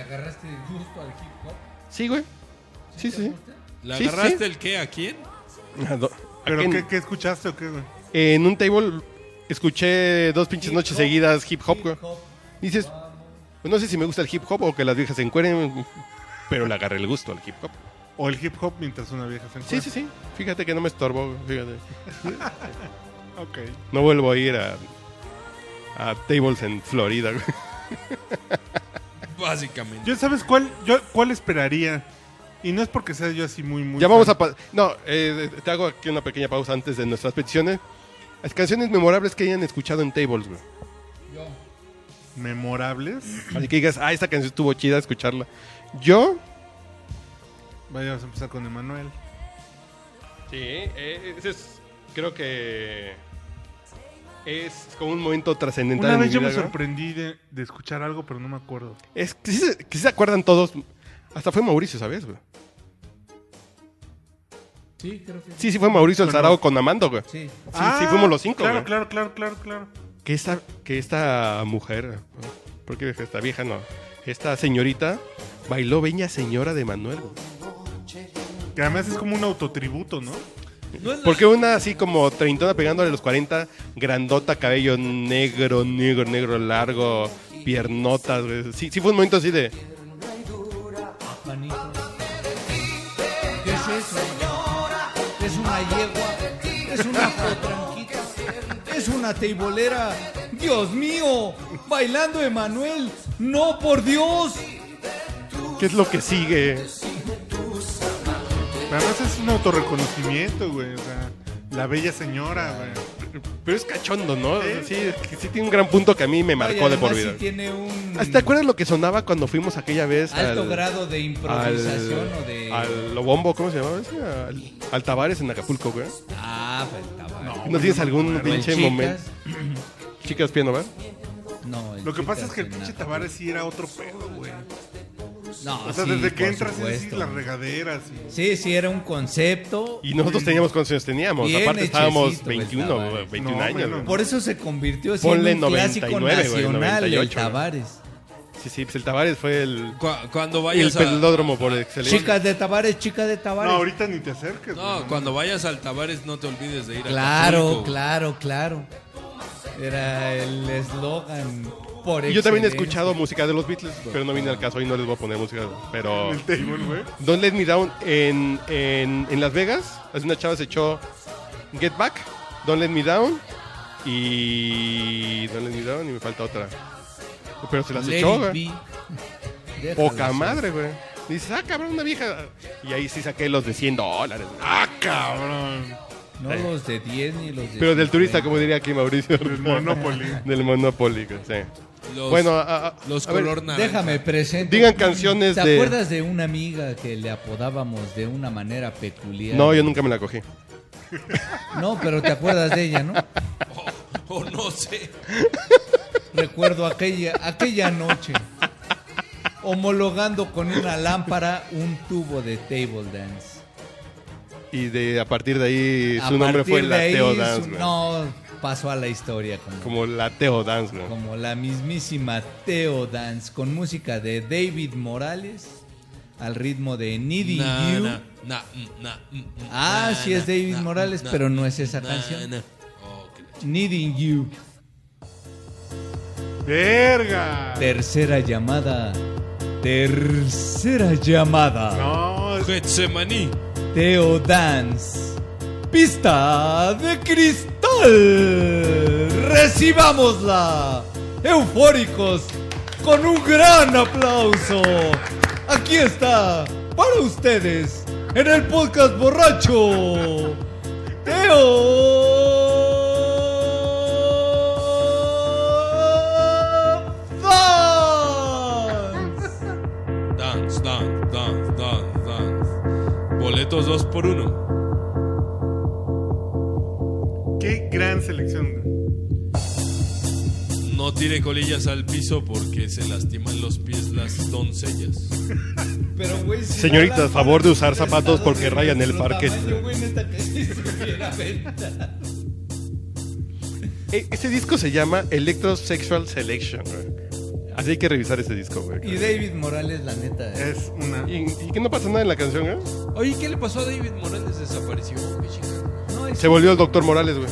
S2: agarraste el gusto al hip hop.
S3: Sí, güey. Sí, sí. sí.
S4: ¿Le
S3: Sí,
S4: agarraste
S3: sí.
S4: el qué? ¿A quién?
S3: Ah,
S1: ¿Pero
S3: Aquí en-
S1: qué, qué escuchaste o qué, güey?
S3: En un table escuché dos pinches noches seguidas hip hop, güey. Dices, pues no sé si me gusta el hip hop o que las viejas se encueren, pero le agarré el gusto al hip hop.
S1: O el hip hop mientras una vieja se
S3: Sí,
S1: encuentra.
S3: sí, sí. Fíjate que no me estorbo, güey, fíjate.
S1: Ok.
S3: No vuelvo a ir a, a tables en Florida, güey.
S4: Básicamente.
S1: Yo, ¿sabes cuál? Yo, ¿Cuál esperaría? Y no es porque sea yo así muy, muy...
S3: Ya vamos
S1: fan.
S3: a... pa- No, eh, te hago aquí una pequeña pausa antes de nuestras peticiones. Las canciones memorables que hayan escuchado en tables, güey.
S1: ¿Memorables?
S3: Así que digas, ah, esta canción estuvo chida escucharla. Yo...
S1: Vayamos a empezar con Emanuel.
S3: Sí, eh, ese es... Creo que... Es como un momento trascendental.
S1: Una
S3: en mi
S1: vez yo
S3: vida,
S1: me
S3: güey.
S1: sorprendí de, de escuchar algo, pero no me acuerdo.
S3: Es que sí, se- que sí se acuerdan todos. Hasta fue Mauricio, ¿sabes, güey?
S2: Sí, creo que sí.
S3: Sí, sí fue Mauricio el Sarao con Amando, güey. Sí,
S2: Sí.
S3: sí, fuimos los cinco,
S1: Claro,
S3: güey.
S1: claro, claro, claro, claro.
S3: Que esta, que esta mujer, porque esta vieja no, esta señorita bailó Beña Señora de Manuel. güey.
S1: Que además es como un autotributo, ¿no?
S3: Porque una así como treintona pegándole los 40, grandota, cabello negro, negro, negro, largo, piernotas, güey. Sí, sí fue un momento así de...
S2: Manito. ¿Qué es eso? Es una yegua. Es una potranquita. Es una teibolera. Dios mío. Bailando Emanuel. No, por Dios.
S3: ¿Qué es lo que sigue?
S1: Pero además es un autorreconocimiento, güey. O sea, la bella señora, güey.
S3: Pero es cachondo, ¿no? Sí, que sí tiene un gran punto que a mí me marcó
S2: Vaya,
S3: de por
S2: además,
S3: vida.
S2: sí tiene un
S3: Ah, ¿Te acuerdas lo que sonaba cuando fuimos aquella vez
S2: alto
S3: al-
S2: grado de improvisación o de.
S3: al bombo, ¿cómo se llamaba ese? Al, al Tabares en Acapulco, güey.
S2: Ah, faltaba. No,
S3: ¿No tienes algún
S2: el
S3: pinche
S2: Chicas,
S3: momento? Chicas piano, ¿verdad?
S2: No, el
S1: Lo que pasa
S2: Chicas
S1: es que el
S2: en
S1: pinche
S2: Acapulco.
S1: Tabares sí era otro pedo, güey.
S2: No,
S1: O sea,
S2: Ah, sí,
S1: desde que
S2: por
S1: entras es decir,
S2: supuesto.
S1: las regaderas y...
S2: Sí, sí, era un concepto.
S3: Y nosotros teníamos cuántos años teníamos.
S2: Bien
S3: Aparte
S2: hechecito, pues,
S3: estábamos
S2: el
S3: 21,
S2: Tabares.
S3: güey, 21
S1: No,
S3: años.
S1: bueno.
S3: güey.
S2: Por eso se convirtió siendo
S3: Ponle
S2: un clásico
S3: 99, güey,
S2: nacional
S3: 98,
S2: el Tabares.
S3: Sí, sí, pues el Tabares fue el,
S4: Cu- cuando
S3: el
S4: vayas a-
S3: pelódromo por excelencia.
S2: Chicas de Tabares, chicas de
S1: No,
S2: Tabares.
S1: ahorita ni te acerques,
S4: No,
S1: güey.
S4: cuando vayas al Tabares no te olvides de ir a
S2: claro,
S4: Acapulco.
S2: claro, claro. Era el eslogan por
S3: Y yo también
S2: excelencia.
S3: he escuchado música de los Beatles, pero no vine al caso y no les voy a poner música. Pero
S1: El table, güey.
S3: Don't Let Me Down en, en, en Las Vegas, hace una chava se echó Get Back, Don't Let Me Down y Don't Let Me Down y me falta otra. Pero se las
S2: Let
S3: echó,
S2: it
S3: güey.
S2: be. Déjalo
S3: [laughs] Poca
S2: ser.
S3: madre, güey. Dices, ah, cabrón, una vieja. Y ahí sí saqué los de 100 dólares. güey.
S1: ¡Ah, cabrón!
S2: No los de 10 ni los de
S3: Pero del turista,
S2: 50.
S3: como diría aquí Mauricio.
S1: El Monopoly.
S3: [laughs] Del Monopoly, güey, sí.
S4: Los,
S3: bueno, a- a-
S4: los
S3: a ver,
S4: color naranja. [laughs]
S2: Déjame presente.
S3: Digan canciones
S2: ¿Te
S3: de-
S2: acuerdas de una amiga que le apodábamos de una manera peculiar?
S3: No, yo nunca me la cogí.
S2: No, pero te acuerdas de ella,
S3: [laughs]
S2: ¿no?
S4: O Oh, no sé.
S2: Recuerdo aquella, aquella noche homologando con una lámpara un tubo de table dance.
S3: Y de a partir de ahí
S2: A
S3: su nombre fue
S2: partir de ahí,
S3: Lateo
S2: su-
S3: Dance, güey.
S2: No, pasó a la historia como, como,
S3: Como Lateo Dance, güey.
S2: la mismísima Teo Dance con música de David Morales al ritmo de Needing
S4: Na,
S2: You.
S4: na, na, na, mm, mm,
S2: Ah,
S4: na,
S2: sí es
S4: na,
S2: David
S4: na,
S2: Morales,
S4: na,
S2: pero no es esa
S4: na,
S2: canción.
S4: na. Oh, qué la ch-
S2: Needing You.
S1: ¡Verga!
S2: Tercera llamada. Tercera llamada.
S1: No, es-
S4: Getsemaní.
S2: Teo Dance. Pista de cristal. Recibámosla. Eufóricos. Con un gran aplauso. Aquí está. Para ustedes. En el podcast borracho. Teo. Dance.
S4: Dance, dance, dance, dance, dance. Boletos dos por uno.
S1: qué gran selección, güey.
S4: No tire colillas al piso porque se lastiman los pies las doncellas.
S2: Pero, güey, si
S3: Señoritas,
S2: no la-
S3: favor de usar zapatos
S2: Estado
S3: porque
S2: de
S3: rayan el
S2: nuestro
S3: parque.
S2: tamaño, güey, neta que sí [laughs] se hubiera venta.
S3: E- Este disco se llama Electrosexual Selection. güey.
S8: Así hay que revisar ese disco, güey.
S2: Y David Morales, la neta. eh.
S1: Es una.
S3: Y, y que no pasa nada en la canción, ¿eh?
S4: Oye, ¿qué le pasó a David Morales? Desapareció. qué chingada.
S2: No, es-
S3: Se volvió el doctor Morales, güey.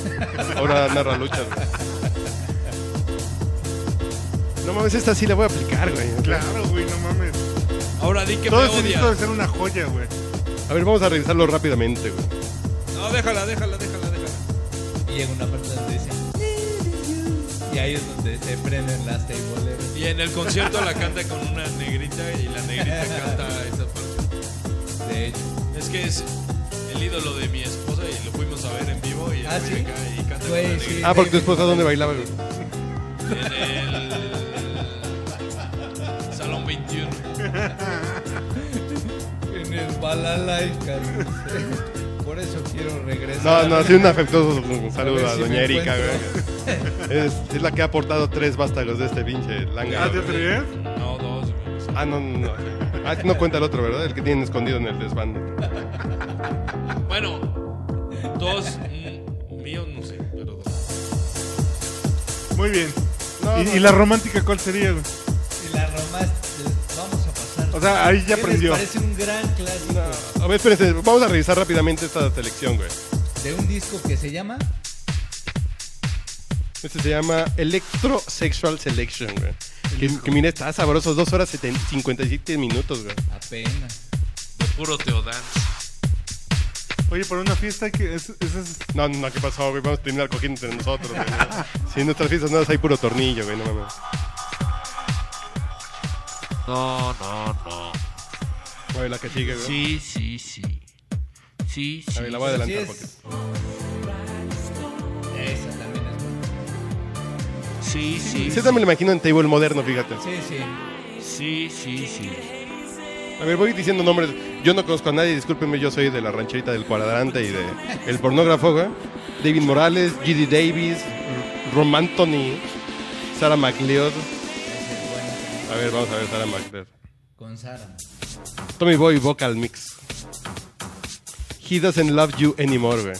S3: Ahora narra luchas, güey.
S8: No mames, esta sí la voy a aplicar, güey.
S1: Claro, güey, no mames.
S4: Ahora di que
S1: Todo
S4: me
S1: ese disco
S4: odia.
S1: debe ser una joya, güey.
S3: A ver, vamos a revisarlo rápidamente, güey.
S4: No, déjala, déjala, déjala, déjala.
S2: Y llega una parte donde dice. Y ahí es donde se prenden las teiboleras.
S4: Y en el concierto la canta con una negrita y la negrita canta esa parte.
S2: De hecho.
S4: Es que es el ídolo de mi esposa y lo fuimos a ver en vivo y, el
S2: ¿Ah,
S4: güey
S2: sí?
S4: acá y canta
S2: Güey,
S4: con la
S2: sí.
S3: Ah, porque tu esposa dónde bailaba, güey.
S4: negrita en el Salón 21.
S2: En el balalaika. dice. Por eso quiero
S3: No,
S2: regresar.
S3: no, sí, un afectuoso saludo
S2: ver
S3: a
S2: si me
S3: doña Erika, güey. Es, es la que ha aportado tres vástagos de este pinche langa.
S1: Ah, ¿te
S3: güey.
S1: atreves?
S4: No, dos. güey.
S3: Ah, no, no, no. Ah, no cuenta el otro, ¿verdad? El que tienen escondido en el desván.
S4: Bueno, dos mm, míos, no sé, pero dos.
S1: Muy bien.
S3: No,
S1: ¿Y,
S3: no.
S1: y la romántica cuál sería, güey?
S2: Y la romaste. Vamos a pasar.
S1: O sea, ahí ya
S2: ¿Qué les
S1: aprendió.
S2: Parece un gran clásico
S3: A ver, espérense, vamos a revisar rápidamente esta selección, güey.
S2: de un disco que se llama
S3: Este se llama Electro Sexual Selection, güey. Que, que mira, está sabroso, 2 horas seten- 57 minutos, güey.
S2: Apenas.
S4: De puro Teodán.
S1: Oye, para una fiesta hay que. Es, es- es-
S3: No, no, ¿qué pasó, güey? Vamos a terminar cogiendo entre nosotros, güey. [laughs] Si en nuestras fiestas nada, más hay puro tornillo, güey, no mames.
S7: No, no, no.
S3: Güey, la que sigue, güey.
S7: Sí, sí, sí. Sí,
S3: A
S7: sí.
S3: ver, la voy a
S2: Así
S3: adelantar
S2: es.
S3: un poquito.
S2: Esa también es buena.
S7: Sí, sí.
S3: Ese también lo imagino en table moderno, fíjate.
S2: Sí, sí.
S7: Sí, sí, sí.
S3: A ver, voy diciendo nombres. Yo no conozco a nadie, discúlpenme, yo soy de la rancherita del cuadrante y de el pornógrafo, güey. David Morales, G.D. Davis, R- Rom Anthony, Sara McLeod.
S2: Esa es buena.
S3: A ver, vamos a ver, Sara McLeod.
S2: Con Sara.
S3: Tommy Boy Vocal Mix. He doesn't love you anymore, güey.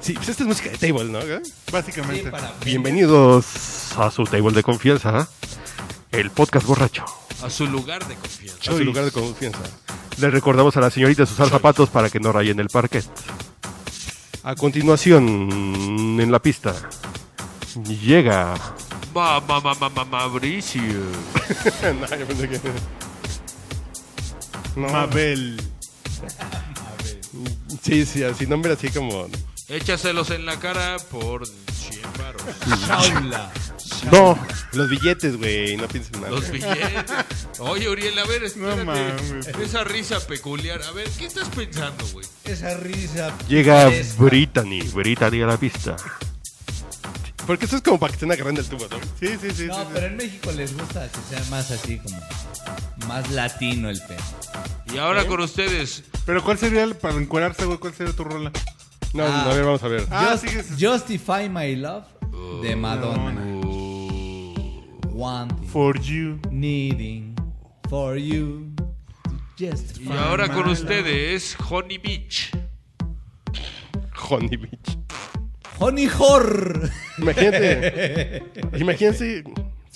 S3: Sí, pues esta es música de table, ¿no? güey?
S2: Sí,
S1: básicamente.
S2: para
S6: Bienvenidos a su table de confianza,
S3: ¿eh?
S6: el podcast borracho.
S4: A su lugar de confianza.
S3: A su lugar de confianza.
S6: Les recordamos a la señorita usar zapatos para que no rayen el parquet.
S3: A continuación,
S6: En la pista
S3: [laughs]
S6: llega
S7: Ma, ma, ma, ma, ma, Mauricio.
S3: No, yo pensé que- No.
S1: Mabel.
S3: Sí, sí, así nombre así como.
S4: Échaselos en la cara por 100 baros.
S2: Paula.
S6: No,
S3: Los billetes, güey, no piensen nada.
S4: Los billetes. Oye, Uriel, a ver, espérate.
S1: No mames.
S4: Esa risa peculiar. A ver, ¿qué estás pensando, güey?
S2: Esa risa.
S6: llega
S2: fresca.
S6: Brittany, Brittany a la pista.
S3: Porque eso es como para que estén agarrando el tubo, ¿no?
S1: Sí, sí, sí. sí,
S2: No,
S1: sí.
S2: pero en México les gusta que sea más así como. Más latino el pedo.
S7: Y ahora
S1: ¿Eh?
S7: con ustedes.
S1: Pero ¿cuál sería el, para encuerarse, güey? ¿Cuál sería tu rola?
S3: No,
S2: Ah.
S3: no, a ver, vamos a ver.
S1: Ah,
S2: Just-
S1: sigues.
S2: Justify My Love de Madonna. Wanting,
S1: For you.
S2: needing for you. to Justify.
S7: Y ahora con ustedes, Honey Beach.
S3: Honey Beach.
S2: Honey [laughs] Horror.
S3: Imagínate. [laughs] imagínense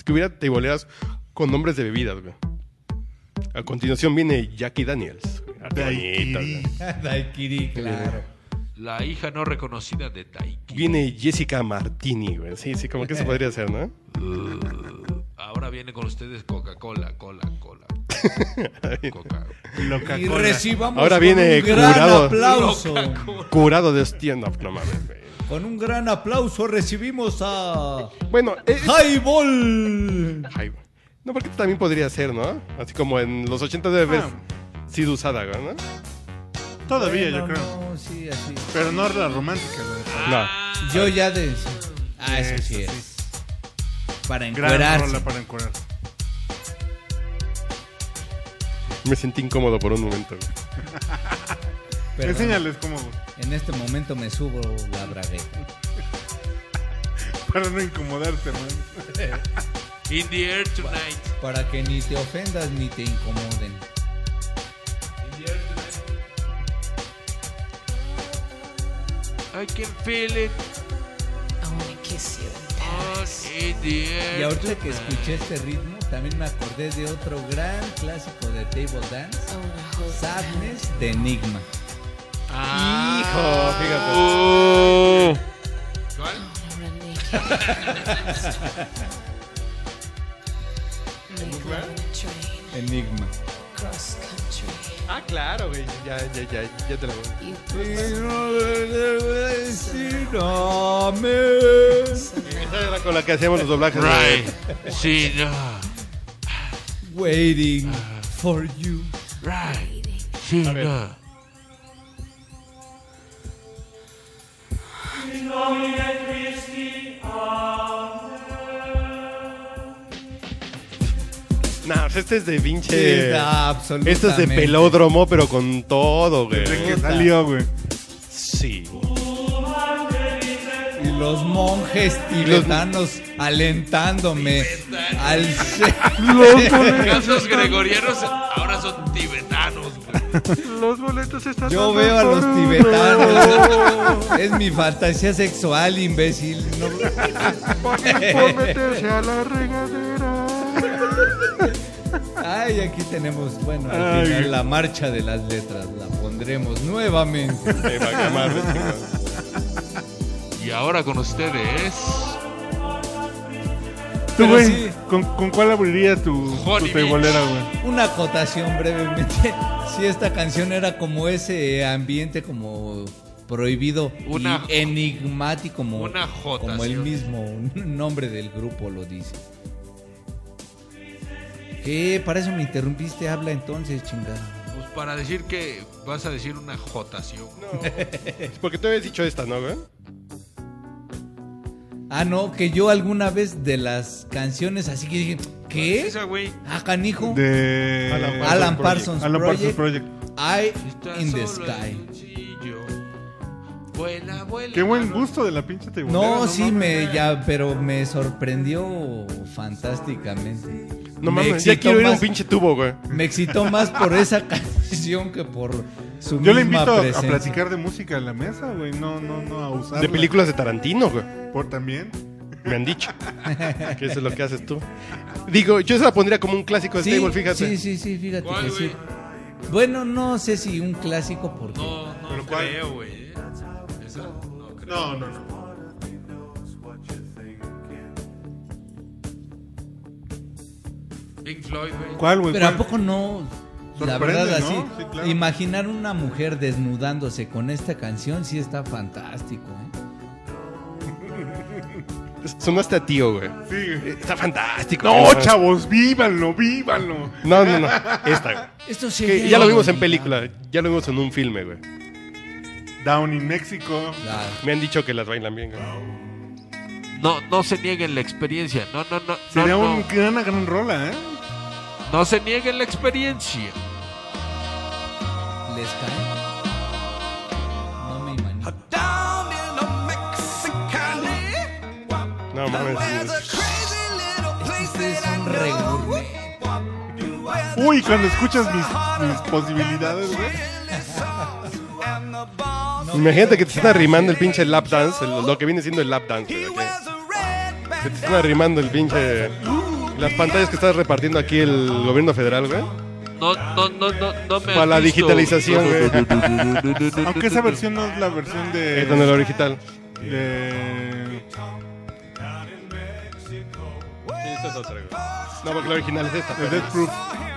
S3: que hubiera teiboleras con nombres de bebidas, güey. A continuación viene Jackie Daniels. güey. Bonita, Ah, güey.
S2: Daiquiri, claro.
S7: La hija no reconocida de Taiki.
S3: Viene Jessica Martini, güey. Sí, sí, como que se podría hacer, ¿no?
S7: Ahora viene con ustedes Coca-Cola, cola,
S1: [laughs]
S7: cola. Coca.
S1: Loca
S2: Y recibamos
S3: Ahora viene
S2: con un gran
S3: curado.
S2: aplauso.
S3: Curado de stand-up, no mames, güey.
S2: Con un gran aplauso recibimos a
S3: Bueno, eh,
S2: Highball.
S3: Ay, güey. no, porque también podría ser, ¿no? Así como en los 80
S2: Ah,
S3: debe haber sido usada, güey, ¿no?
S1: Todavía, yo
S2: Bueno,
S1: creo.
S2: no, sí, así.
S1: Pero no la romántica, güey.
S3: No.
S2: Yo ya de. Ah, eso sí
S1: Eso
S2: es. Para
S1: Gran
S2: encuerarse.
S1: rola para encuerarse.
S3: Me sentí incómodo por un momento. güey.
S2: Perdón,
S1: Enséñales cómo, güey.
S2: En este momento me subo la bragueta.
S1: Para no incomodarte, man.
S7: In the air tonight.
S2: Para que ni te ofendas ni te incomoden.
S7: I can feel it.
S9: I wanna kiss you and
S10: dear.
S2: Y ahorita que escuché este ritmo, también me acordé de otro gran clásico de table dance, Sadness de Enigma.
S7: Ah,
S3: Uh.
S10: Hijo, fíjate. ¿Cuál?
S3: [laughs]
S2: Enigma.
S3: Ah, claro, güey. Ya, ya, ya, ya te la voy.
S2: Y
S3: [laughs]
S2: no le debe decir amén.
S3: Esa era con la que hacíamos los doblajes. güey.
S4: Right. Sí, no.
S2: Waiting
S3: Ah.
S2: for you.
S1: [laughs]
S4: Right. Sí, no.
S3: No, pues este es de
S2: Sí,
S3: pinche.
S2: da, absolutamente.
S3: Esto es de pelódromo, pero con todo, güey.
S1: Desde que salió, güey.
S3: Sí.
S2: Y los monjes tibetanos alentándome al ser.
S10: Cantos gregorianos ahora son tibetanos, güey.
S11: Los boletos están.
S2: Yo veo a los tibetanos. Es mi fantasía sexual, imbécil.
S3: [laughs]
S2: No-
S11: por meterse a la regadera.
S2: Ay, aquí tenemos, bueno,
S1: Ay.
S2: al final la marcha de las letras. La pondremos nuevamente.
S3: Te va a quemar,
S2: [laughs]
S3: güey, chingón.
S4: Y ahora con ustedes.
S1: Tú,
S2: Pero
S1: güey,
S2: sí.
S1: ¿con, con cuál abriría tu, tu
S10: Honey
S1: tebolera,
S10: Beach.
S1: güey?
S2: Una acotación brevemente. [laughs] Si esta canción era como ese ambiente como prohibido
S10: Una-
S2: y enigmático como,
S10: una
S2: como el
S10: jotación.
S2: mismo [laughs] nombre del grupo lo dice. ¿Qué? Para eso me interrumpiste. Habla entonces, chingada.
S10: Pues para decir que vas a decir una jotación.
S3: Porque tú habías dicho esta, ¿no, güey?
S2: Ah, no, que yo alguna vez de las canciones así que dije, ¿qué?
S10: Esa, güey.
S2: Ah, canijo.
S1: De
S2: Alan Parsons
S1: Alan Parsons
S2: Project.
S1: Project.
S2: I
S10: Está
S2: in the
S10: solo el
S2: sky.
S10: cuchillo. Vuela, vuela.
S1: Qué buen gusto de la pinche tebolera.
S2: No, sí,
S1: mames.
S2: me, ya, pero me sorprendió fantásticamente.
S3: No
S2: Me
S3: mames, ya
S2: excitó
S3: quiero ir a un
S2: más-
S3: pinche tubo, güey.
S2: Me excitó más por esa [laughs] canción que por su
S1: Yo le
S2: misma
S1: invito a- a,
S2: presencia.
S1: platicar de música en la mesa, güey. No, no, no, a usar.
S3: De películas de Tarantino, güey.
S1: Por también.
S3: Me han
S2: [laughs]
S3: dicho. que eso es lo que haces tú. Digo, yo se la pondría como un clásico de
S2: Sí,
S3: Stable, este
S2: Sí,
S3: fíjate.
S2: sí, sí, fíjate
S10: ¿Cuál,
S2: que
S10: güey?
S2: sí. Bueno, no sé si un clásico porque
S10: No,
S1: ¿Pero
S10: no
S1: cuál?
S10: creo, güey. ¿eh? Esa no creo.
S1: No, no, no.
S10: Pink Floyd, güey.
S1: ¿Cuál, güey?
S2: pero a
S1: ¿Cuál?
S2: poco no la
S1: Sorprende,
S2: verdad
S1: ¿no?
S2: así
S1: Sí, claro.
S2: imaginar una mujer desnudándose con esta canción sí está fantástico, ¿eh?
S3: Sonaste a tío, güey.
S1: Sí, güey.
S3: Eh, Está fantástico.
S1: No,
S3: güey.
S1: chavos, vívanlo, vívanlo.
S3: No, no, no. Esta, güey.
S2: Esto se
S3: Que
S2: lleva
S3: ya lo vimos en
S2: olvidado.
S3: película, ya lo vimos en un filme, güey.
S1: Down in México.
S2: Claro.
S3: Me han dicho que las bailan bien, güey.
S4: No, no se nieguen la experiencia. No, no, no. No,
S1: Sería
S4: no.
S1: un- una gran rola, ¿eh?
S4: no se nieguen la experiencia.
S2: les cae. No me imagino.
S3: No mames.
S2: Este es un regurne.
S1: Uy, cuando escuchas mis, mis posibilidades,
S4: [laughs]
S1: güey.
S3: Imagínate que te están arrimando el pinche lap dance, el- lo que viene siendo el lap dance, güey. Que que te están arrimando el pinche. Las pantallas que estás repartiendo aquí el gobierno federal, güey.
S4: No, no, no, no, no me
S3: Para la
S4: has visto.
S3: digitalización, güey.
S1: Aunque esa versión no es la versión
S3: Eh, Con el
S1: de.
S3: original.
S1: de-
S3: No, porque la original es esta.
S1: de Death Proof,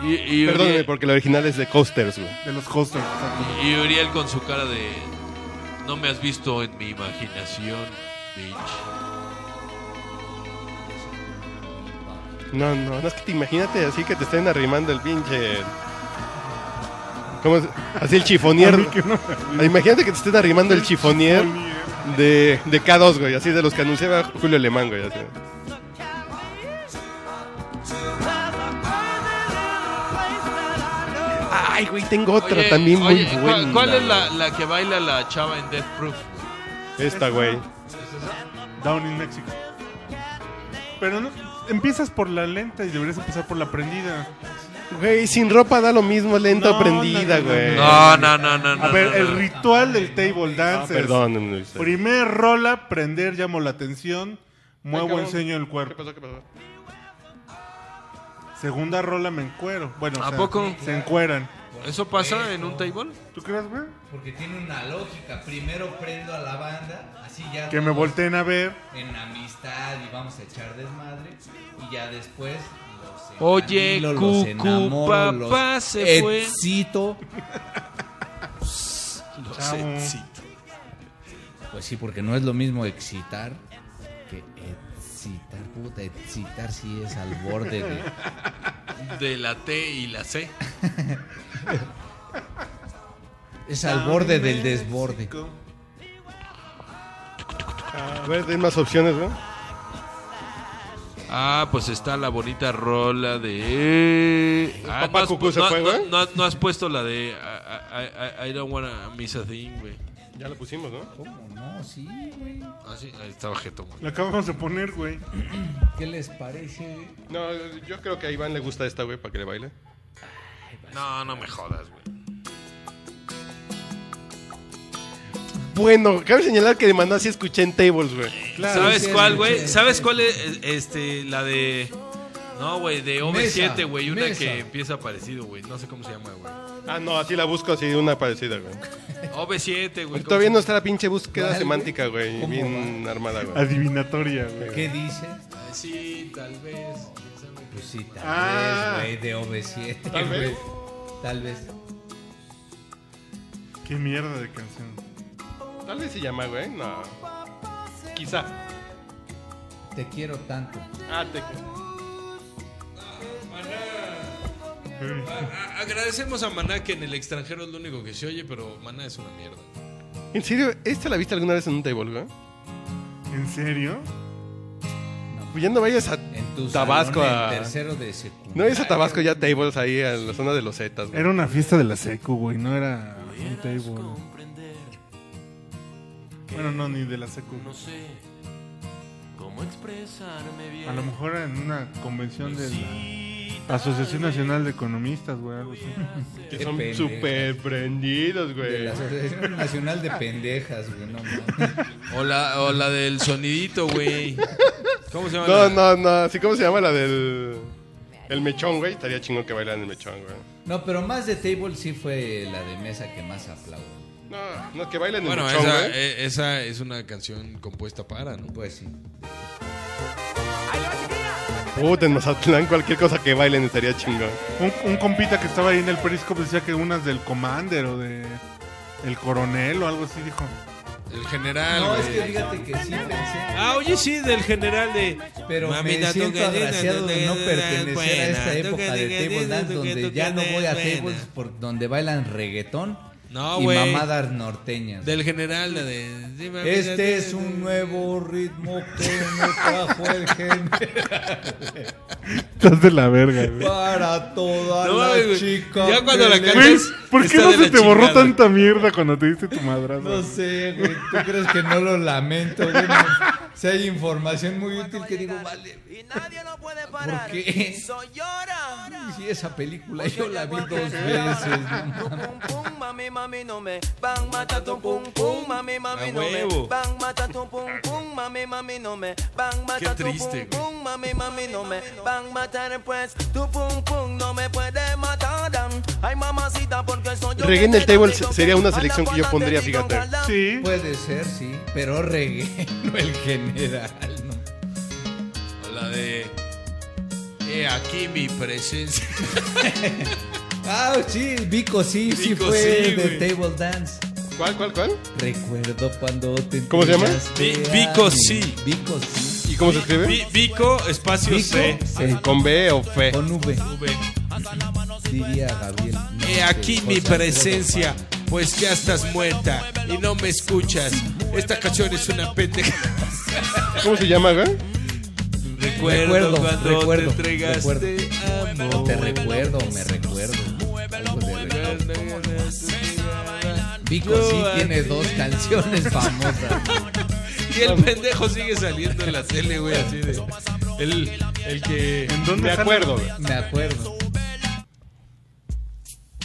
S4: Y, y,
S3: Perdóname,
S4: Uriel,
S3: porque la original es de Coasters, güey.
S1: de los Coasters. exacto.
S4: y Uriel con su cara de. No me has visto en mi imaginación, bitch.
S3: No, no, no es que te imagínate así que te estén arrimando el pinche. ¿Cómo es? Así el chifonier. Imagínate que te estén arrimando el chifonier de, de K2, güey, así de los que anunciaba Julio Alemán, güey. Así. Ay, güey, tengo otra
S4: Oye,
S3: también muy
S4: oye, ¿cuál-
S3: buena.
S4: ¿Cuál, es la, la que baila la chava en Death Proof?
S3: Esta, güey.
S1: Down in México. Pero no, empiezas por la lenta y deberías empezar por la prendida.
S3: Güey, sin ropa da lo mismo, lenta
S1: No,
S3: o prendida,
S1: no, no,
S3: güey.
S1: Eh,
S4: No, no, no, no.
S1: A
S4: Ah, no,
S1: ver,
S4: no,
S1: el
S4: no.
S1: ritual del table dance. es
S3: Perdón,
S1: Primer rola, prender, llamó la atención. Muevo,
S3: cabrón.
S1: enseño el
S3: ¿Qué
S1: cuerpo.
S3: pasó? ¿Qué pasó?
S1: Segunda rola me encuero. Bueno,
S4: ¿A poco?
S1: se encueran.
S4: ¿Eso pasa en un table?
S1: ¿Tú crees, güey?
S2: Porque tiene una lógica. Primero prendo a la banda, así ya.
S1: Que me
S2: todos
S1: volteen a ver.
S2: En amistad y vamos a echar desmadre. Y ya después. los
S4: Oye,
S2: encandilo, los
S4: cucu,
S2: enamoro, los
S4: papá se fue.
S2: excito.
S1: Chavo.
S2: Pues sí, porque no es lo mismo excitar que excitar. Puta, excitar sí es al borde de.
S4: De la T y la C.
S2: Es al borde del desborde.
S3: A ver, den más opciones, ¿no?
S4: Ah, pues está la bonita rola de. Ah,
S3: Papá
S4: no, has,
S3: Cucú se
S4: no-
S3: fue,
S4: no-
S3: güey.
S4: no- no has puesto la de ah, I, I- I- I don't wanna miss a thing, güey.
S3: Ya lo pusimos, ¿no?
S2: ¿Cómo no? Sí, güey.
S4: Ah, sí, ahí estaba jetón, güey.
S1: La acabamos de poner, güey.
S2: ¿Qué les parece?
S3: No, yo creo que a Iván le gusta esta, güey, para que le baile.
S4: No, no me jodas, güey.
S3: Bueno, cabe señalar que de Maná sí escuché en Tables, güey.
S4: ¿Sabes
S2: sí,
S4: cuál,
S2: sí,
S4: güey?
S2: sí.
S4: ¿Sabes cuál es este, la de. No, güey, de OV7, güey. Una
S2: mesa.
S4: que empieza parecido, güey. No sé cómo se llama, güey.
S3: Ah, no, así la busco, así una parecida, güey. Pues
S4: OV7, güey. ¿cómo
S3: Todavía
S4: se-
S3: no está la pinche búsqueda
S2: ¿Cuál,
S3: semántica, güey,
S2: ¿Cómo
S3: bien armada, güey.
S1: Adivinatoria, güey.
S2: ¿Qué dice?
S4: Sí, tal vez.
S2: Pues sí, tal
S1: Ah.
S2: vez, güey, de OV7.
S3: Tal
S2: güey.
S3: vez.
S2: Tal vez.
S1: Qué mierda de canción.
S3: Tal vez se llama, güey, no. Quizá.
S2: Te quiero tanto.
S3: Ah, te...
S4: A- Agradecemos a Maná que en el extranjero es lo único que se oye, pero Maná es una mierda.
S3: ¿En serio? ¿Esta la viste alguna vez en un table, güey?
S1: ¿En serio?
S3: Pues ya no vayas a...
S2: En tu
S3: Tabasco
S2: salón,
S3: a-
S2: en tercero de secundaria.
S3: No vayas a Tabasco ya tables ahí, a la zona de los Zetas, güey.
S1: Era una fiesta de la secu, güey. No era un table. Bueno, no, ni de la secu.
S9: No sé cómo expresarme bien.
S1: A lo mejor era en una convención de la Asociación Nacional de Economistas, güey, algo así.
S3: Que
S2: Qué
S3: son
S2: pendejo.
S3: súper prendidos,
S2: De
S3: güey.
S2: la Asociación Nacional de Pendejas, güey. No, mames.
S4: O la, o la del sonidito, güey. ¿Cómo se llama?
S3: No,
S4: la-
S3: no, no. Así como se llama la del... El mechón, güey. Estaría chingón que bailaran el mechón, güey.
S2: No, pero más de table sí fue la de mesa que más aplaudo.
S3: No, no, que bailen el
S4: Bueno,
S3: mechón,
S4: esa,
S3: güey.
S4: e- esa es una canción compuesta para, ¿no?
S2: Pues sí.
S3: Puta, en Mazatlán cualquier cosa que bailen estaría chingón.
S1: Un, un compita que estaba ahí en el periscope decía que unas del Commander o de el coronel o algo así dijo.
S4: El general,
S2: No, es que
S4: Ah, güey.
S2: fíjate que sí pensé.
S4: Ah, oye, sí, del general de...
S2: Pero
S4: Mami,
S2: me
S4: no
S2: siento
S4: toques,
S2: agraciado de no
S4: toques,
S2: pertenecer a esta
S4: buena,
S2: época de
S4: toques,
S2: table dance
S4: toques,
S2: donde
S4: toques,
S2: ya no voy a
S4: buena.
S2: tables por donde bailan reggaetón
S4: No,
S2: y
S4: güey.
S2: mamadas norteñas.
S4: Del general, la de... sí, mami, no
S2: Este
S4: toques,
S2: es un
S4: no-
S2: nuevo ritmo que me trajo el gen
S1: [laughs] Estás de la verga, güey.
S2: para toda
S4: No,
S2: la
S4: güey.
S2: chica.
S4: Ya cuando la
S2: que le-
S1: Güey,
S4: cantas,
S1: ¿por qué
S4: está
S1: no
S4: de
S1: se
S4: la
S1: te borró
S4: chingada.
S1: tanta mierda cuando te diste tu madrazo?
S2: No sé, güey. ¿Tú crees que no lo lamento, güey? No. Si hay información muy útil que digo, vale.
S9: Y nadie lo puede
S2: ¿Por
S9: parar.
S2: qué?
S9: Soy llora.
S2: Si esa película yo la vi dos veces.
S9: Tu pum pum, mami, mami, no me van mata tu pum pum, mami, mami,
S4: A
S9: no me
S4: huevo.
S9: van mata tu pum pum, mami, mami, no me van
S4: Qué
S9: mata tu
S4: triste,
S9: pum pum, mami, mami, no me van matar pues tu pum pum no me puede matar. Ay mamacita porque soy yo.
S3: Reggae en
S9: que
S3: el
S9: te
S3: table
S9: digo
S3: sería
S9: que
S3: una
S9: anda
S3: selección que yo
S9: pa'lante
S3: pondría,
S9: y con
S3: fíjate.
S9: calda.
S1: Sí.
S2: Puede ser, sí, pero reggae, no el general. ¿no?
S4: O la de... He aquí mi presencia.
S2: Ah, sí, Vico sí, sí
S4: Vico,
S2: fue
S4: sí,
S2: de
S4: güey.
S2: Table Dance.
S3: ¿Cuál, cuál, cuál?
S2: Recuerdo cuando te
S3: ¿Cómo se llama?
S2: entregaste
S4: Vi- Vico
S2: a mí.
S4: sí.
S2: Vico sí.
S3: ¿Y cómo se escribe?
S4: Vi- Vico, espacio C.
S2: Vico sí.
S3: ¿Con B o F?
S2: Con V,
S4: V.
S2: diría Gabriel. No
S4: He
S2: sé,
S4: aquí mi
S2: José Alfredo
S4: presencia,
S2: Paz.
S4: pues ya estás muerta y no me escuchas. Esta canción es una pendeja.
S3: ¿Cómo se llama, güey?
S2: Recuerdo, recuerdo,
S4: amor.
S2: Te recuerdo, me recuerdo. Algo de recuerdo. Vico sí
S4: eh,
S2: tiene dos canciones famosas.
S4: Y el pendejo sigue saliendo en la tele, güey, así de. El, el que.
S1: ¿En dónde
S3: De
S1: sale?
S3: acuerdo, güey.
S2: Me acuerdo.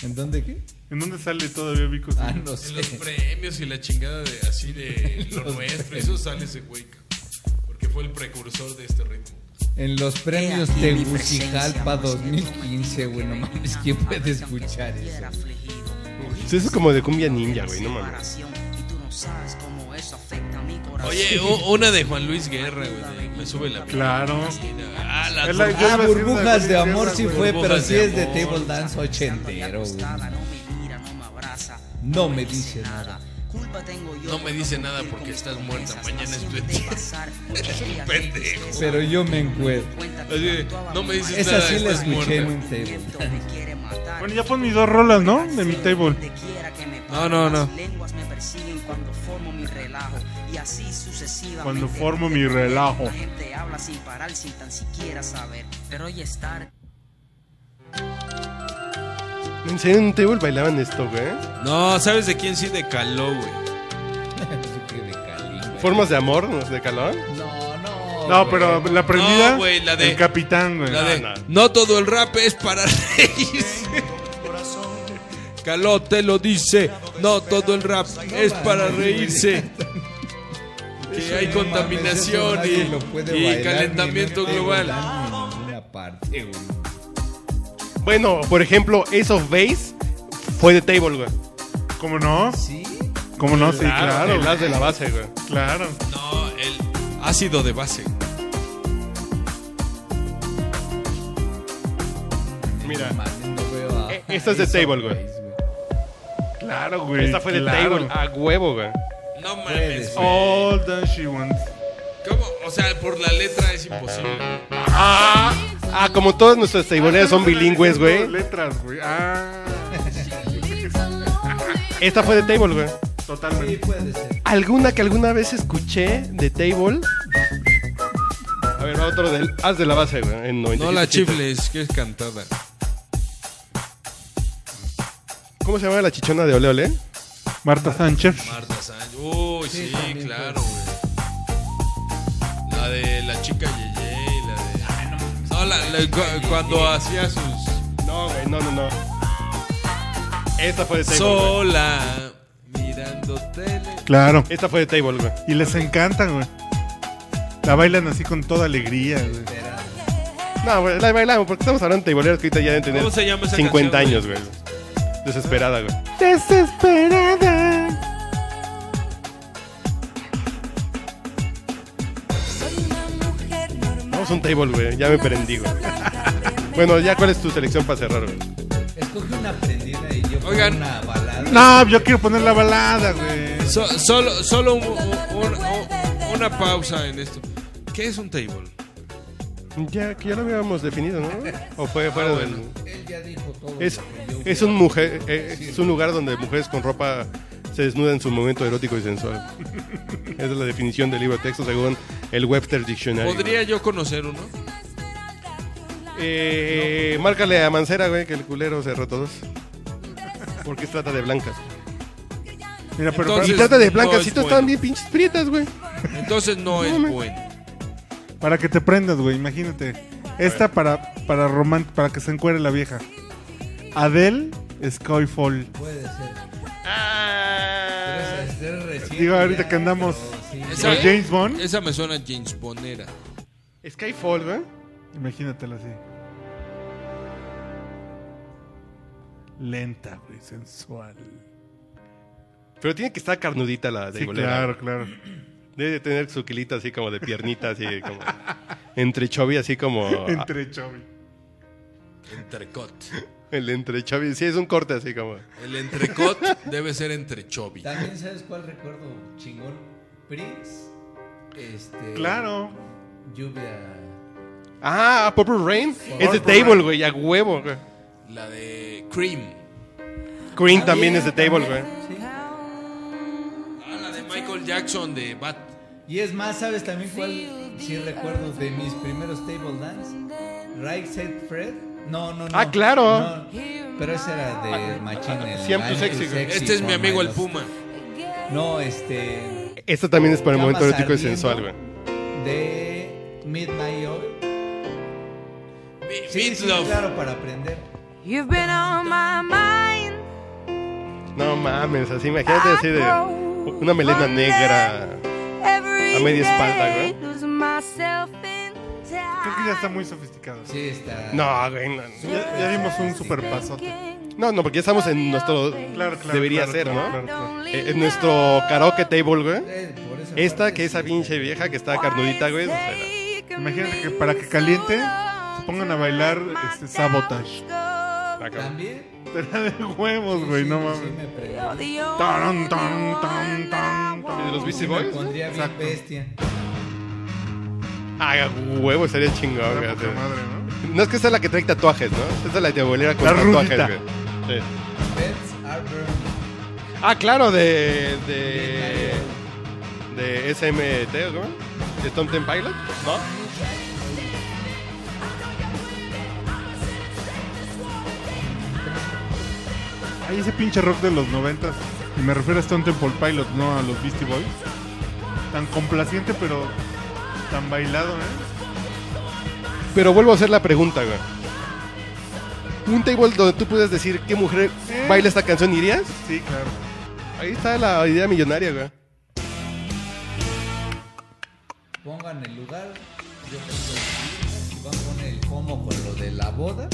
S2: ¿En dónde qué?
S1: ¿En dónde sale todavía Vico?
S2: Ah, no
S4: En
S2: sé. [laughs]
S4: los premios y la chingada de así de lo nuestro. Eso sale ese güey, cabrón. Porque fue el precursor de este ritmo.
S2: En los premios
S7: He aquí mi
S2: Tegucigalpa
S7: presencia, más que
S2: 2015, güey, no mames, ¿quién puede escuchar eso?
S4: Ah,
S3: Sí, eso es como de cumbia ninja, güey, no mames.
S4: Oye, u- una de Juan Luis Guerra, güey. de Me sube la
S1: Claro.
S4: Ah, la
S1: Es la-
S4: turba.
S1: yo iba
S2: Ah,
S1: a decir la
S2: Burbujas
S1: Luis
S2: de
S1: Guerra,
S2: Amor sí
S1: güey.
S2: fue,
S4: Burbujas
S2: pero sí
S4: de
S2: es de
S4: Amor.
S2: Table Dance ochentero, güey. No me dice nada.
S4: No me dice nada porque estás muerta. Mañana es tu Pendejo.
S2: Pero yo me encuentro.
S4: Así de, no me dices
S2: Esa
S4: nada,
S2: sí la
S4: estás
S2: escuché en
S4: muerta.
S2: un table.
S1: Bueno, ya pon mis dos rolas, ¿no? De mi table.
S4: No, no, no.
S1: Cuando formo mi relajo.
S3: ¿En serio en un table bailaban esto, güey?
S4: No, ¿sabes de quién sí? De Caló, güey.
S3: ¿Formas de amor? ¿No es de calor?
S2: No, no.
S1: No,
S2: güey.
S1: pero la prendida.
S4: No, güey, la de-
S1: El capitán, güey. Ah,
S4: La de,
S3: no.
S4: no todo el rap es para [laughs] reírse. Caló te lo dice. No todo el rap es para reírse. Que hay
S2: No mames, eso
S4: contaminación
S2: nadie lo puede
S4: y, y
S2: bailar
S4: calentamiento
S2: ni en un table
S4: global.
S2: dance ni en ninguna parte, güey.
S3: Bueno, por ejemplo, Ace of Base fue de table, güey.
S1: ¿Cómo no?
S2: ¿Sí?
S1: ¿Cómo no? Sí, claro.
S3: El as de la base, güey.
S1: Claro.
S4: No, el ácido de base.
S3: Mira,
S2: Mames, no veo a-
S3: Eh, esta es de
S2: Ace of
S3: table, güey.
S2: Base,
S1: Claro, güey.
S3: esta fue de
S1: claro.
S3: table Ah, a huevo, güey.
S4: No
S2: Puedes.
S4: mames. güey.
S1: All that she wants.
S4: ¿Cómo? O sea, por la letra es imposible.
S3: Ah, ah, como todas nuestras tableras son bilingües, güey.
S1: Letras, güey. Ah,
S3: Esta fue de table, güey.
S2: Sí,
S1: totalmente.
S2: puede ser.
S3: ¿Alguna que alguna vez escuché de table? A ver, va otro del as de la base, güey. en 97.
S4: No la chifles, que es cantada.
S3: ¿Cómo se llama la chichona de Ole Ole?
S1: Marta Sánchez.
S4: Marta Sánchez. ¿eh? Uy, sí, pues.
S2: también,
S4: claro, güey. La de la chica Yeye y la de. Ah, no, la, la- cu- cuando hacía sus.
S3: No, güey, no, no, no. Esta fue de table. güey.
S4: Sola, mirando tele.
S1: Claro.
S3: Esta fue de table, güey.
S1: Y les encanta, güey. La bailan así con toda alegría, güey.
S3: No, güey, la bailamos porque estamos hablando de table que ahorita ya deben tener
S4: ¿Cómo se llama esa
S3: 50
S4: canción,
S3: años, güey. Desesperada, güey.
S1: Desesperada.
S3: Vamos a un table, güey. Ya me prendí, [laughs] güey. Bueno, ya, ¿cuál es tu selección para cerrar, güey?
S2: Escoge una prendida y yo pongo
S4: Oigan.
S2: una balada.
S1: No, yo quiero poner la balada, güey.
S4: So- solo solo un- un- un- una pausa en esto. ¿Qué es un table?
S3: Ya, que ya lo habíamos definido, ¿no? O fue fuera del...
S2: Él ya dijo todo.
S3: Es,
S2: lo que yo
S3: es un mujer, eh, es un lugar donde mujeres con ropa se desnudan en su momento erótico y sensual. Esa es la definición del libro de texto según el Webster Dictionary. güey.
S4: ¿Podría yo conocer uno?
S3: Eh, Márcale a Mancera, güey, que el culero cerró todos. Porque se trata de blancas.
S1: Mira, pero
S4: Entonces-
S3: Y trata de blancas,
S4: no
S3: si
S4: es
S3: tú
S4: bueno.
S3: están bien pinches prietas, güey.
S4: Entonces no es bueno.
S1: para, para que te prendas, güey, imagínate. Esta para para román- para que se encuere la vieja. Adele Skyfall.
S2: Puede ser. Pero
S4: Ah.
S2: esa es de recién,
S1: Digo, ahorita
S2: ya,
S1: que andamos
S2: pero sí.
S1: con James Bond,
S4: Esa me suena James Bonera.
S3: Skyfall, güey.
S1: imagínatela así. Lenta, güey, sensual.
S3: Pero tiene que estar carnudita la de
S1: Sí,
S3: golera.
S1: claro, claro.
S3: Debe de tener su quilita así como de piernita, así como... Entrechovi, así como...
S1: Entre Chovy.
S4: Entrecot.
S3: El entrechovi, sí, es un corte así como...
S4: El entrecot debe ser entre chovi.
S2: También sabes cuál recuerdo chingón. Prince. Este.
S1: Claro.
S2: Lluvia.
S3: Ah, Purple Rain. es
S1: Purple
S3: de table, güey, a huevo, güey.
S4: La de Cream.
S2: Ah,
S3: Cream también es de table, güey.
S2: Sí.
S4: Ah, la de Michael Jackson de Bat.
S2: Y es más, ¿sabes también cuál? Sí recuerdo de mis primeros table dance. Right Said Fred. No, no, no.
S3: Ah, claro.
S2: No, pero esa era de Machine. el
S3: Siempre
S2: I'm
S3: sexy, güey.
S4: Este es mi
S2: for
S4: amigo
S2: my
S4: el
S2: love.
S4: Puma.
S2: No, este.
S3: Esta también es para el
S2: Llamas
S3: momento erótico y
S2: ardiendo.
S3: sensual, güey.
S2: De Midnight Oil.
S4: Mi-
S2: Sí, sí,
S4: Meatloaf.
S2: claro, para aprender.
S7: You've been on my mind.
S3: No mames, así imagínate así de una melena negra.
S7: A
S3: media espalda, güey.
S7: yourself in
S1: Creo que
S7: time.
S1: ya está muy sofisticado.
S2: Sí, está.
S3: No, güey. no, no.
S1: Ya, ya dimos un super pasote.
S3: No, no, porque ya estamos en nuestro.
S1: Claro, claro,
S3: debería
S1: claro,
S3: ser,
S1: claro,
S3: ¿no?
S1: claro, claro.
S3: Eh, en nuestro karaoke table, güey.
S2: Eh, por eso
S3: Esta, que esa pinche vieja que está carnudita, güey. o sea,
S1: Imagínate que para que caliente se pongan a bailar este, sabotage.
S3: la cabrón.
S2: También.
S1: Será de
S3: Pues,
S1: huevos, güey, no
S2: Sí,
S1: mames.
S2: me prendí.
S7: You're the
S1: Tan,
S7: only
S1: tan,
S7: one
S1: tan, tan,
S7: I
S1: tan.
S3: ¿Y de los Beastie
S2: Sí me
S3: Boys?
S2: pondría bien
S1: Exacto.
S2: bestia.
S3: Ah, huevo, sería chingón, güey.
S1: Era
S3: o
S1: poca
S3: sea.
S1: madre, ¿no?
S3: No es que esa es la que trae tatuajes, ¿no? Esa es la de abuelera con
S1: La
S3: tatuajes,
S1: rudita.
S3: güey. Sí.
S2: Pets are burning.
S3: Ah, claro, de. de. de SMT, ¿o cómo? ¿De Tom Ten Pilot? ¿No?
S1: Hay ese pinche rock de los noventas. Y me refiero a Stone Temple Pilot, no a los Beastie Boys. Tan complaciente, pero tan bailado, ¿eh?
S3: Pero vuelvo a hacer la pregunta, güey. Un table donde tú puedes decir qué mujer baila esta canción irías.
S1: Sí, claro.
S3: Ahí está la idea millonaria, güey.
S2: Pongan el lugar. Yo pongo el y van a poner el cómo con lo de la boda.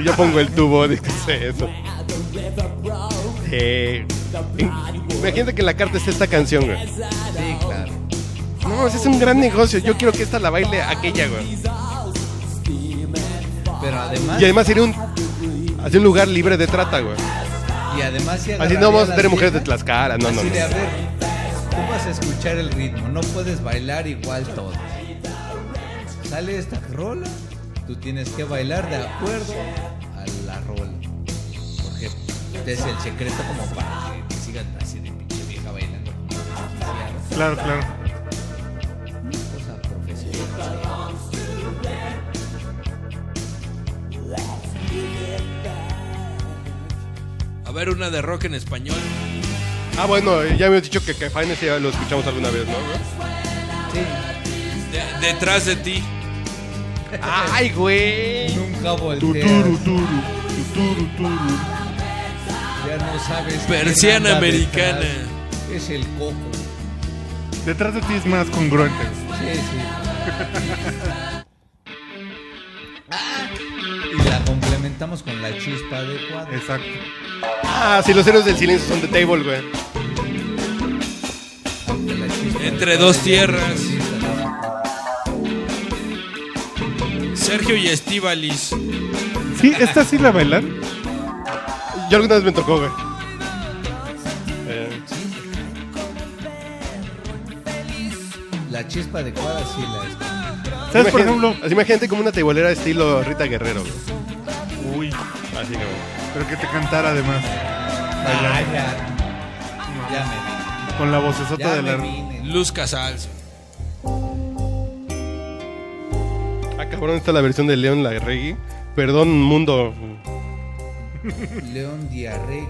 S3: Y yo pongo el tubo, [laughs] de que sé eso. Sí. Imagínate que en la carta está esta canción, güey.
S2: Sí, claro.
S3: No, ese es un gran negocio. Yo quiero que esta la baile aquella, güey.
S2: Pero además.
S3: Y además sería un. Así un lugar libre de trata, güey.
S2: Y además si
S3: Así no vamos a tener mujeres de Tlaxcala, no, no,
S2: Así de, a
S3: no.
S2: ver, tú vas a escuchar el ritmo, no puedes bailar igual todo. Sale esta rola, tú tienes que bailar de acuerdo a la rola. Porque este es el secreto como para que te sigan así de pinche vieja bailando.
S1: Claro,
S2: Claro,
S1: claro.
S2: cosa profesional.
S4: A ver, una de rock en español.
S3: Ah, bueno, ya me has dicho que Caifanes ya lo escuchamos alguna vez, ¿no? güey?
S2: Sí,
S4: De- detrás de ti.
S3: ¡Ay, güey!
S2: nunca
S1: Tuturu,
S2: volteas,
S1: turu, tuturu, turu.
S2: ya no sabes. quién
S4: Persiana
S2: anda
S4: americana.
S2: detrás. Es el coco.
S1: Detrás de ti es más congruente.
S2: Sí, sí. Y la complementamos con la chispa adecuada.
S1: Exacto.
S3: Ah, sí, los héroes del silencio son de table, güey.
S2: Porque la chispa
S4: Entre
S2: adecuada
S4: dos
S2: ya
S4: tierras.
S2: no existe.
S4: Sergio y Estivalis.
S1: Sí, esta sí la bailan.
S3: Yo alguna vez me tocó, güey. Eh,
S2: La chispa adecuada sí la es.
S1: ¿Sabes, por
S3: imagínate-
S1: ejemplo?
S3: Así imagínate como una tebolera estilo Rita Guerrero, güey.
S1: Uy,
S3: Así que, güey.
S1: pero que te cantara además.
S2: Ah,
S1: Bailando.
S2: ya. Ya
S1: Con la
S2: me vine.
S1: vocesota
S2: Ya
S1: de
S2: me
S1: la.
S2: vine.
S4: Luz Casals.
S3: Ah, cabrón, está la versión de León la reggae. Perdón, mundo.
S2: León Diarregui.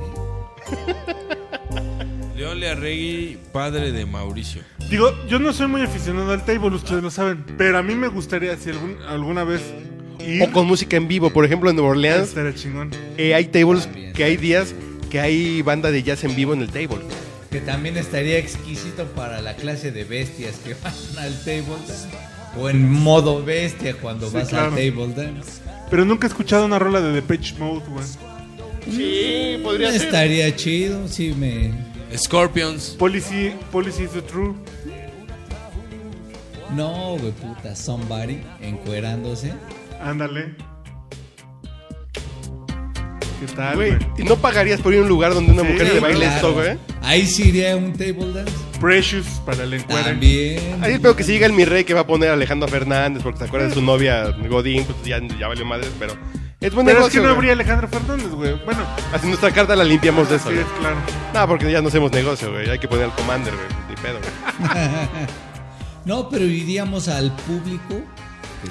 S4: León Learregui, padre de Mauricio.
S1: Digo, yo no soy muy aficionado al table, ustedes lo saben. Pero a mí me gustaría, si algún- alguna vez. Ir,
S3: O con música en vivo. Por ejemplo, en Nueva Orleans
S1: estaría chingón.
S3: eh, hay tables
S2: También.
S3: que hay días que hay banda de jazz en vivo en el table.
S2: Que también estaría exquisito para la clase de bestias que [laughs] van al table dance. O en modo bestia cuando vas
S1: claro.
S2: al table dance.
S1: Pero nunca he escuchado una rola de Depeche Mode, güey.
S3: Sí, podría
S2: Este, Estaría chido, sí me...
S4: Scorpions.
S1: Policy, policy is the true.
S2: No, güey, puta, somebody encuerándose.
S1: Ándale. ¿Qué tal,
S3: Güey,
S1: güey?
S3: ¿y no pagarías por ir a un lugar donde una
S1: Sí,
S3: mujer te baile
S2: Claro.
S3: esto, güey?
S2: Ahí sí iría a un table dance.
S1: Precious para el
S3: Ah,
S1: encuadre.
S2: También.
S3: Ahí espero que si llega el mi rey que va a poner a Alejandro Fernández porque se acuerda de su novia Godín, pues ya, ya valió madres, pero es buen
S1: Pero es que
S3: negocio.
S1: no
S3: güey.
S1: habría Alejandro Fernández, güey. Bueno,
S3: Así nuestra carta la limpiamos de eso.
S1: sí,
S3: güey.
S1: es claro.
S3: No, porque ya no hacemos negocio, güey. Hay que poner al commander, güey. Ni pedo, güey.
S2: No, pero iríamos al público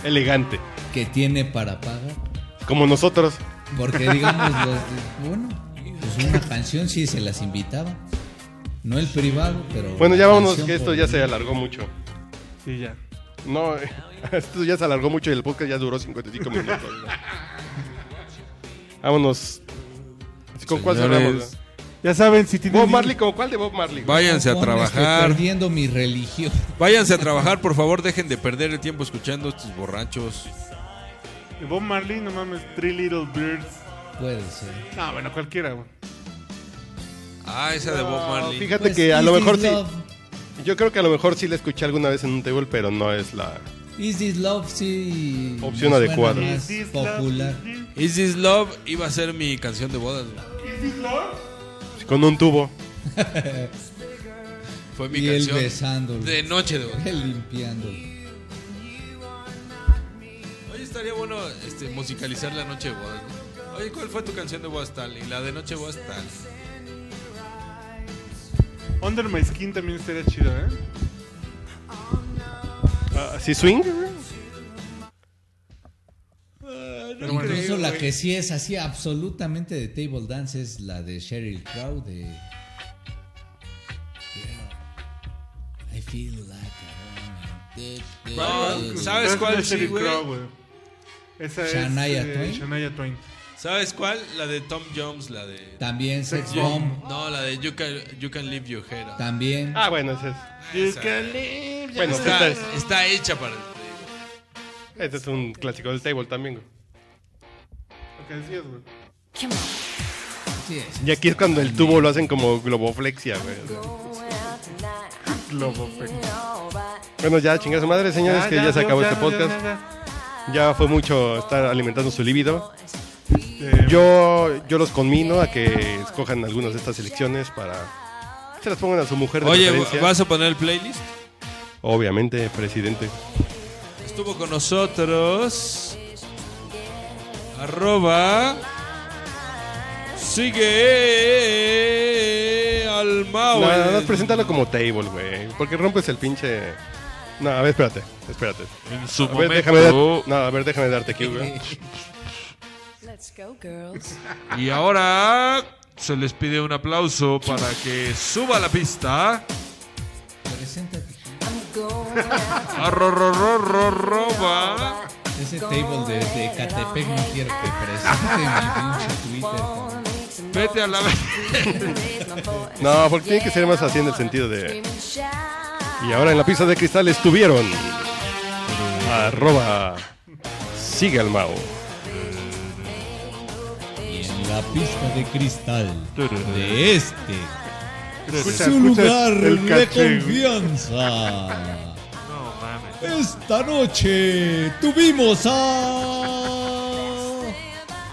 S3: Elegante.
S2: que tiene para pagar.
S3: Como nosotros.
S2: Porque
S3: [laughs]
S2: digamos, los- bueno, pues una canción sí se las invitaba. No el privado, pero...
S3: Bueno, ya vámonos,
S2: canción
S3: que esto
S2: por-
S3: ya se alargó mucho.
S1: Sí, ya.
S3: No, [laughs] eh, esto ya se alargó mucho y el podcast ya duró 55 minutos. güey. vámonos. ¿Con cuál cerramos?
S4: Señores,
S3: güey?
S1: Ya saben, si tienen.
S3: Bob Marley, ¿como cuál de Bob Marley? güey?
S4: Váyanse a
S2: Con este,
S4: trabajar.
S2: Perdiendo mi religión. [laughs]
S4: Váyanse a trabajar, por favor, dejen de perder el tiempo escuchando a estos borrachos.
S1: Bob Marley, no mames, Three Little Birds.
S2: Puede ser.
S1: No, bueno, cualquiera, güey.
S4: Ah, esa de Bob Marley.
S3: Fíjate
S2: Pues,
S3: que a
S2: is
S3: lo
S2: this
S3: mejor sí.
S2: love?
S3: Yo creo que a lo mejor sí la escuché alguna vez en un table, pero no es la.
S2: Is This Love sí.
S3: Opción
S2: me suena
S3: adecuada.
S2: más popular.
S4: Is This Love iba a ser mi canción de bodas. güey.
S3: Con un tubo.
S4: Fue mi
S2: Y él
S4: canción
S2: besándolo.
S4: de noche de bodas.
S2: Él limpiándolo.
S4: Oye, estaría bueno este, musicalizar la noche de bodas. ¿no? Oye, ¿cuál fue tu canción de bodas tal? Y la de noche de bodas tal.
S1: Under My Skin también estaría chido, ¿eh?
S3: ¿Así Ah, swing? güey?
S2: Incluso la que sí es así absolutamente de table dance es la de Sheryl Crow de Yeah. I feel like a woman. De- de- de-
S4: ¿Sabes
S1: Pero
S4: cuál
S1: es de
S4: sí,
S1: Sheryl
S4: güey?
S1: Crow, güey. Esa
S2: Shania
S1: es. eh,
S2: Twain.
S1: Shania Twain.
S4: ¿Sabes cuál? La de Tom Jones, la de...
S2: También Sex
S4: Yo-
S2: Bomb.
S4: No, la de You Can, you can Leave Your Head. Out.
S2: También.
S3: Ah, bueno, ese es.
S4: Esa.
S3: Bueno, esta
S4: está,
S3: es,
S4: está hecha para el
S3: este es un clásico del table también. güey.
S1: Lo que decías, güey.
S2: Sí es.
S3: Y aquí es cuando el tubo lo hacen como globoflexia, güey. Bueno, ya chingas madre, señores, que ya, se acabó
S1: ya,
S3: este
S1: ya,
S3: podcast. Ya,
S1: ya,
S3: fue mucho estar alimentando su libido.
S1: ya. Eh,
S3: Yo, yo los conmino a que escojan algunas de estas elecciones para se las pongan a su mujer de
S4: Oye,
S3: preferencia.
S4: ¿vas a poner el playlist?
S3: Obviamente, presidente.
S4: Estuvo con nosotros. Arroba. Sigue al Mau.
S3: No, no, no, preséntalo como table, güey. Porque rompes el pinche. No, a ver, espérate, espérate.
S12: En su
S3: A ver, déjame, dar- no, a ver, déjame darte aquí, güey.
S1: [laughs]
S4: Y ahora se les pide un aplauso para que suba a la pista.
S2: Preséntate.
S4: Arroba.
S2: Ese table de, de Catepec no quiero que presente mi pinche Twitter. cabrón.
S4: Vete a la
S2: [laughs]
S3: No, porque tiene que ser más así en el sentido de. Y ahora en la pista de cristal estuvieron. Arroba. Sigue al Mao.
S2: Y en la pista de cristal de este
S1: escucha,
S2: su
S1: escucha
S2: lugar
S1: el
S2: de
S1: caché, güey.
S2: confianza. Esta noche tuvimos a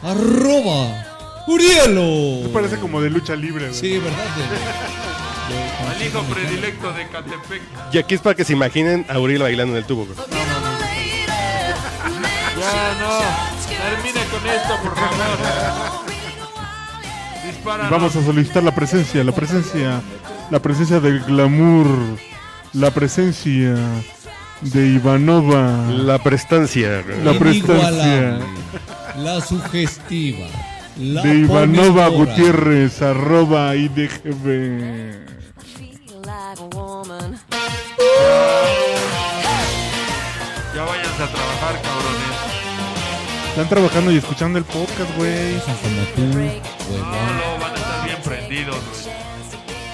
S2: arroba Urielo.
S1: Parece como de lucha libre, güey.
S2: Sí, verdad. De- de- con-
S4: Al hijo predilecto de Catepec.
S3: Y aquí es para que se imaginen a Uriel bailando en el tubo, güey.
S4: Ya no. Termina con esto, por favor. Dispara.
S1: Vamos a solicitar la presencia, la presencia, la presencia del glamour, la presencia de Ivanova,
S3: La prestancia, güey.
S1: la prestancia
S2: inigualable, la sugestiva, la
S1: de Ivanova
S2: ponedora.
S1: Gutiérrez, arroba IDGB.
S4: Ya váyanse a trabajar, cabrones.
S1: Están trabajando y escuchando el podcast, güey.
S2: Como tú,
S4: No,
S2: huevón.
S4: no, van a estar bien prendidos, güey.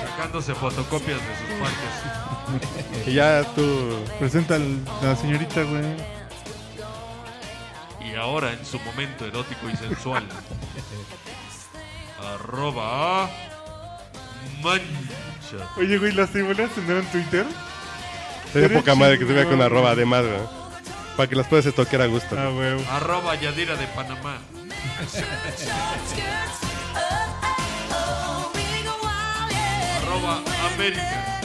S4: Sacándose fotocopias de sus parques.
S3: Y ya tú.
S1: Presenta al- la señorita, güey.
S4: Y ahora, en su momento erótico y sensual. Arroba. Mancha.
S1: Oye, güey, ¿las tiburones tendrán Twitter?
S3: Sería poca madre que te vea con
S1: chingón.
S3: arroba de madre, güey. Para que las puedas estoquear a gusto.
S1: Ah, güey.
S4: Arroba Yadira de Panamá. Arroba América.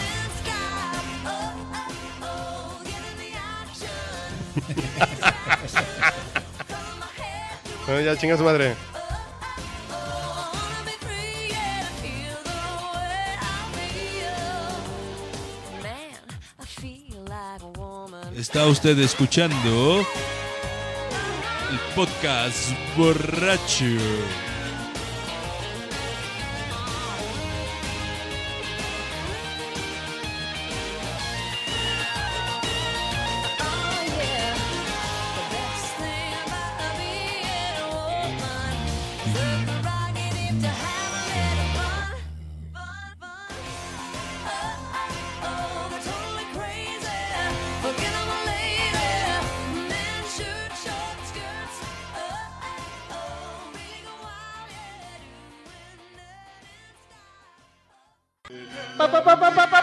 S3: Bueno, ya chinga su madre.
S4: Está usted escuchando el podcast borracho.
S7: Oh,
S13: pa, pa, pa, pa, pa, pa,